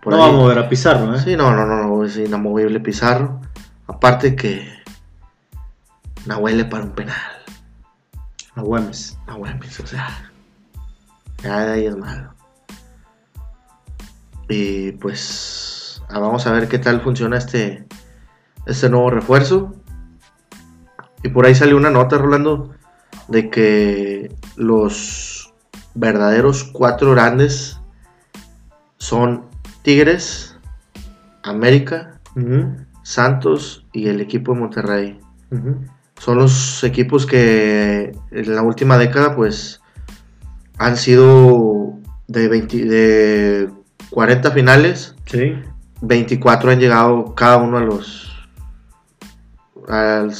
Speaker 1: por
Speaker 2: no
Speaker 1: ahí-
Speaker 2: vamos a mover a Pizarro, ¿eh?
Speaker 1: Sí, no, no, no, no, es inamovible Pizarro. Aparte que Nahuel le para un penal.
Speaker 2: A Güemes.
Speaker 1: Nahuel, pues, o sea, ya de ahí es malo. Y pues ah, vamos a ver qué tal funciona este, este nuevo refuerzo. Y por ahí salió una nota, Rolando, de que los verdaderos cuatro grandes son Tigres, América,
Speaker 2: Ujú,
Speaker 1: Santos y el equipo de Monterrey.
Speaker 2: ujú.
Speaker 1: Son los equipos que en la última década pues han sido de, 20 de 40 finales,
Speaker 2: Sí.
Speaker 1: 24 han llegado cada uno a los... al-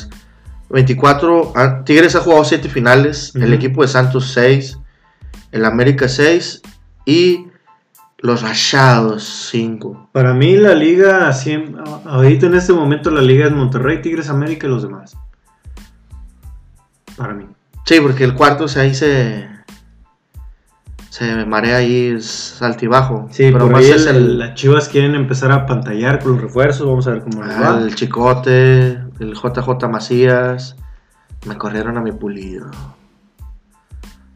Speaker 1: 24, ah, Tigres ha jugado 7 finales, el
Speaker 2: Ujú.
Speaker 1: equipo de Santos 6, el América 6 y los Rayados 5.
Speaker 2: Para mí la liga, siem- a- ahorita en este momento la liga es Monterrey, Tigres, América y los demás. Para mí.
Speaker 1: Sí, porque el cuarto, o sea, ahí se. Se marea ahí es altibajo.
Speaker 2: Sí, pero
Speaker 1: más es el,
Speaker 2: las Chivas quieren empezar a pantallar con los refuerzos, vamos a ver cómo les
Speaker 1: ah,
Speaker 2: va.
Speaker 1: el chicote, el JJ Macías. Me corrieron a mi pulido.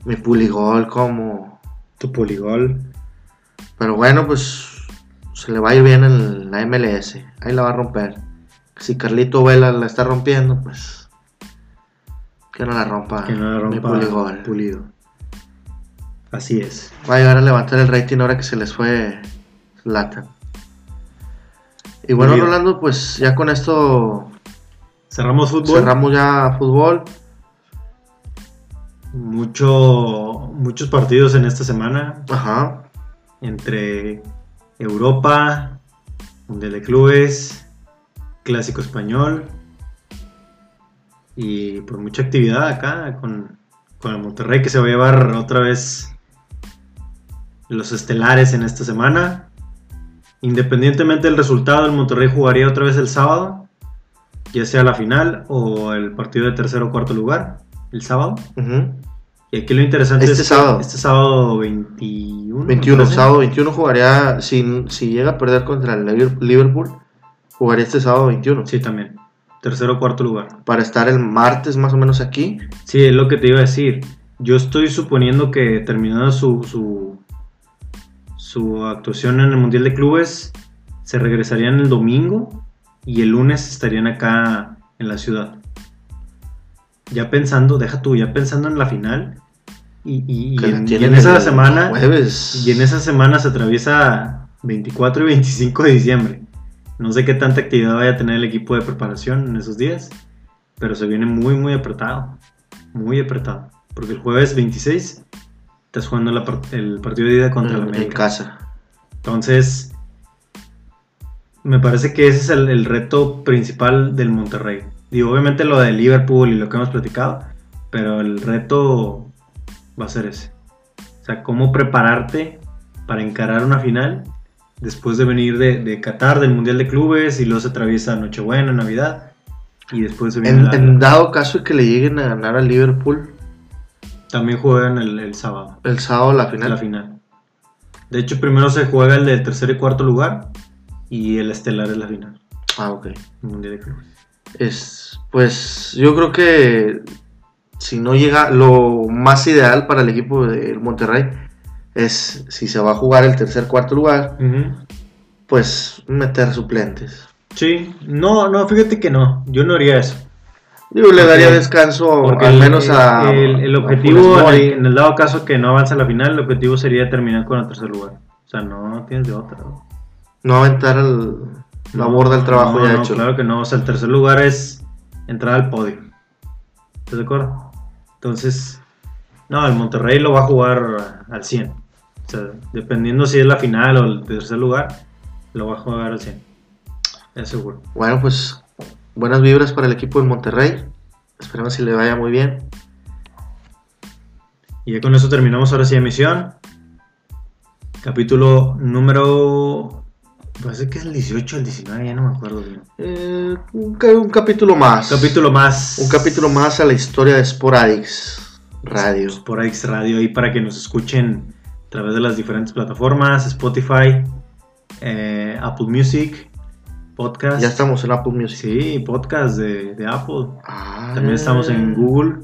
Speaker 1: Mi puligol, como.
Speaker 2: Tu poligol.
Speaker 1: Pero bueno, pues. Se le va a ir bien en la MLS. Ahí la va a romper. Si Carlito Vela la está rompiendo, pues. Que no la rompa.
Speaker 2: Que no la
Speaker 1: Mi
Speaker 2: rompa
Speaker 1: puligol.
Speaker 2: Pulido. Así es.
Speaker 1: Va a llegar a levantar el rating ahora que se les fue lata. Y bueno,
Speaker 2: Muy bien.
Speaker 1: Rolando, pues ya con esto
Speaker 2: Cerramos fútbol.
Speaker 1: cerramos ya fútbol.
Speaker 2: Mucho, muchos partidos en esta semana.
Speaker 1: Ajá.
Speaker 2: Entre Europa, Mundial de Clubes, Clásico Español. Y por mucha actividad acá con, con el Monterrey que se va a llevar otra vez los estelares en esta semana. Independientemente del resultado, el Monterrey jugaría otra vez el sábado, ya sea la final o el partido de tercer o cuarto lugar, el sábado.
Speaker 1: ujú.
Speaker 2: Y aquí lo interesante
Speaker 1: Este
Speaker 2: es que
Speaker 1: sábado.
Speaker 2: este sábado 21.
Speaker 1: 21,
Speaker 2: ¿no?
Speaker 1: sábado 21 jugaría, si, si llega a perder contra el Liver- Liverpool, jugaría este sábado 21.
Speaker 2: Sí, también. Tercero o cuarto lugar.
Speaker 1: Para estar el martes más o menos aquí.
Speaker 2: Sí, es lo que te iba a decir. Yo estoy suponiendo que terminada su, su, su actuación en el Mundial de Clubes, se regresarían el domingo y el lunes estarían acá en la ciudad. Ya pensando, deja tú, ya pensando en la final y, y- y
Speaker 1: que la
Speaker 2: en, y
Speaker 1: tienen
Speaker 2: en esa
Speaker 1: el
Speaker 2: semana.
Speaker 1: Jueves.
Speaker 2: Y en esa semana se atraviesa 24 y 25 de diciembre. No sé qué tanta actividad vaya a tener el equipo de preparación en esos días, pero se viene muy, muy apretado. Muy apretado. Porque el jueves 26 estás jugando la par- el partido de ida contra el
Speaker 1: en, en
Speaker 2: América.
Speaker 1: casa.
Speaker 2: Entonces, me parece que ese es el, el reto principal del Monterrey. Digo, obviamente lo de Liverpool y lo que hemos platicado, pero el reto va a ser ese. sea, cómo prepararte para encarar una final después de venir de, de Qatar, del Mundial de Clubes, y luego se atraviesa Nochebuena, Navidad, y después se viene
Speaker 1: En,
Speaker 2: la-
Speaker 1: en dado caso de que le lleguen a ganar al Liverpool
Speaker 2: También juegan el, el sábado,
Speaker 1: el sábado la final.
Speaker 2: la final. De hecho, primero se juega el del tercer y cuarto lugar, y el estelar es la final,
Speaker 1: Ah, ok.
Speaker 2: el Mundial de Clubes.
Speaker 1: Es, pues yo creo que si no llega, lo más ideal para el equipo del Monterrey es si se va a jugar el tercer cuarto lugar,
Speaker 2: Ujú.
Speaker 1: pues meter suplentes.
Speaker 2: Sí, no, no, fíjate que no, yo no haría eso.
Speaker 1: Yo le
Speaker 2: Porque-
Speaker 1: daría descanso
Speaker 2: Porque
Speaker 1: al
Speaker 2: el-
Speaker 1: menos
Speaker 2: el-
Speaker 1: a.
Speaker 2: El, el
Speaker 1: a
Speaker 2: objetivo,
Speaker 1: Funes Mori.
Speaker 2: en el dado caso que no avance a la final, el objetivo sería terminar con el tercer lugar. O sea, no, no tienes de otra. güey.
Speaker 1: no aventar al- la
Speaker 2: No,
Speaker 1: borda al trabajo
Speaker 2: no,
Speaker 1: ya
Speaker 2: no,
Speaker 1: hecho.
Speaker 2: Claro que no, o sea, el tercer lugar es entrar al podio. ¿Estás de acuerdo? Entonces, no, el Monterrey lo va a jugar al 100. O sea, dependiendo si es la final o el tercer lugar, lo va a jugar al 100. Es seguro.
Speaker 1: Bueno, pues buenas vibras para el equipo del Monterrey. Esperemos si le vaya muy bien.
Speaker 2: Y ya con eso terminamos ahora sí emisión. Capítulo número. Parece que es el 18 el 19, ya no me acuerdo bien.
Speaker 1: Eh, un, ca- un capítulo más.
Speaker 2: Capítulo más.
Speaker 1: Un capítulo más a la historia de Sporadix Radio.
Speaker 2: Pues por X Radio y para que nos escuchen a través de las diferentes plataformas: Spotify, eh, Apple Music, Podcast.
Speaker 1: Ya estamos en Apple Music.
Speaker 2: Sí, podcast de, de Apple.
Speaker 1: Ah.
Speaker 2: También estamos en Google,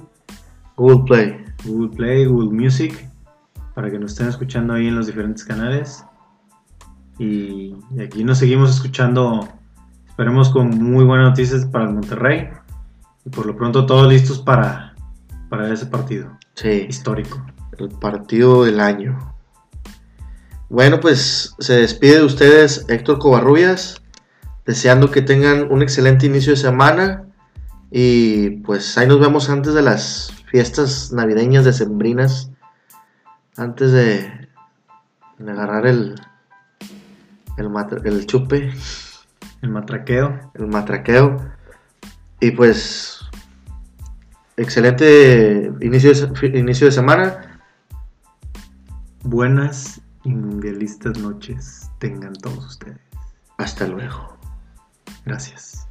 Speaker 1: Google Play.
Speaker 2: Google Play, Google Music, para que nos estén escuchando ahí en los diferentes canales. Y, y aquí nos seguimos escuchando, esperemos con muy buenas noticias para el Monterrey. Y por lo pronto todos listos para, para ese partido
Speaker 1: Sí,
Speaker 2: histórico.
Speaker 1: el partido del año. Bueno, pues se despide de ustedes Héctor Covarrubias, deseando que tengan un excelente inicio de semana y pues ahí nos vemos antes de las fiestas navideñas decembrinas, antes de, de agarrar el, el, matra- el chupe.
Speaker 2: El matraqueo.
Speaker 1: el matraqueo. Y pues, excelente inicio de, se- fi- inicio de semana.
Speaker 2: Buenas y mundialistas noches tengan todos ustedes.
Speaker 1: Hasta luego.
Speaker 2: Gracias.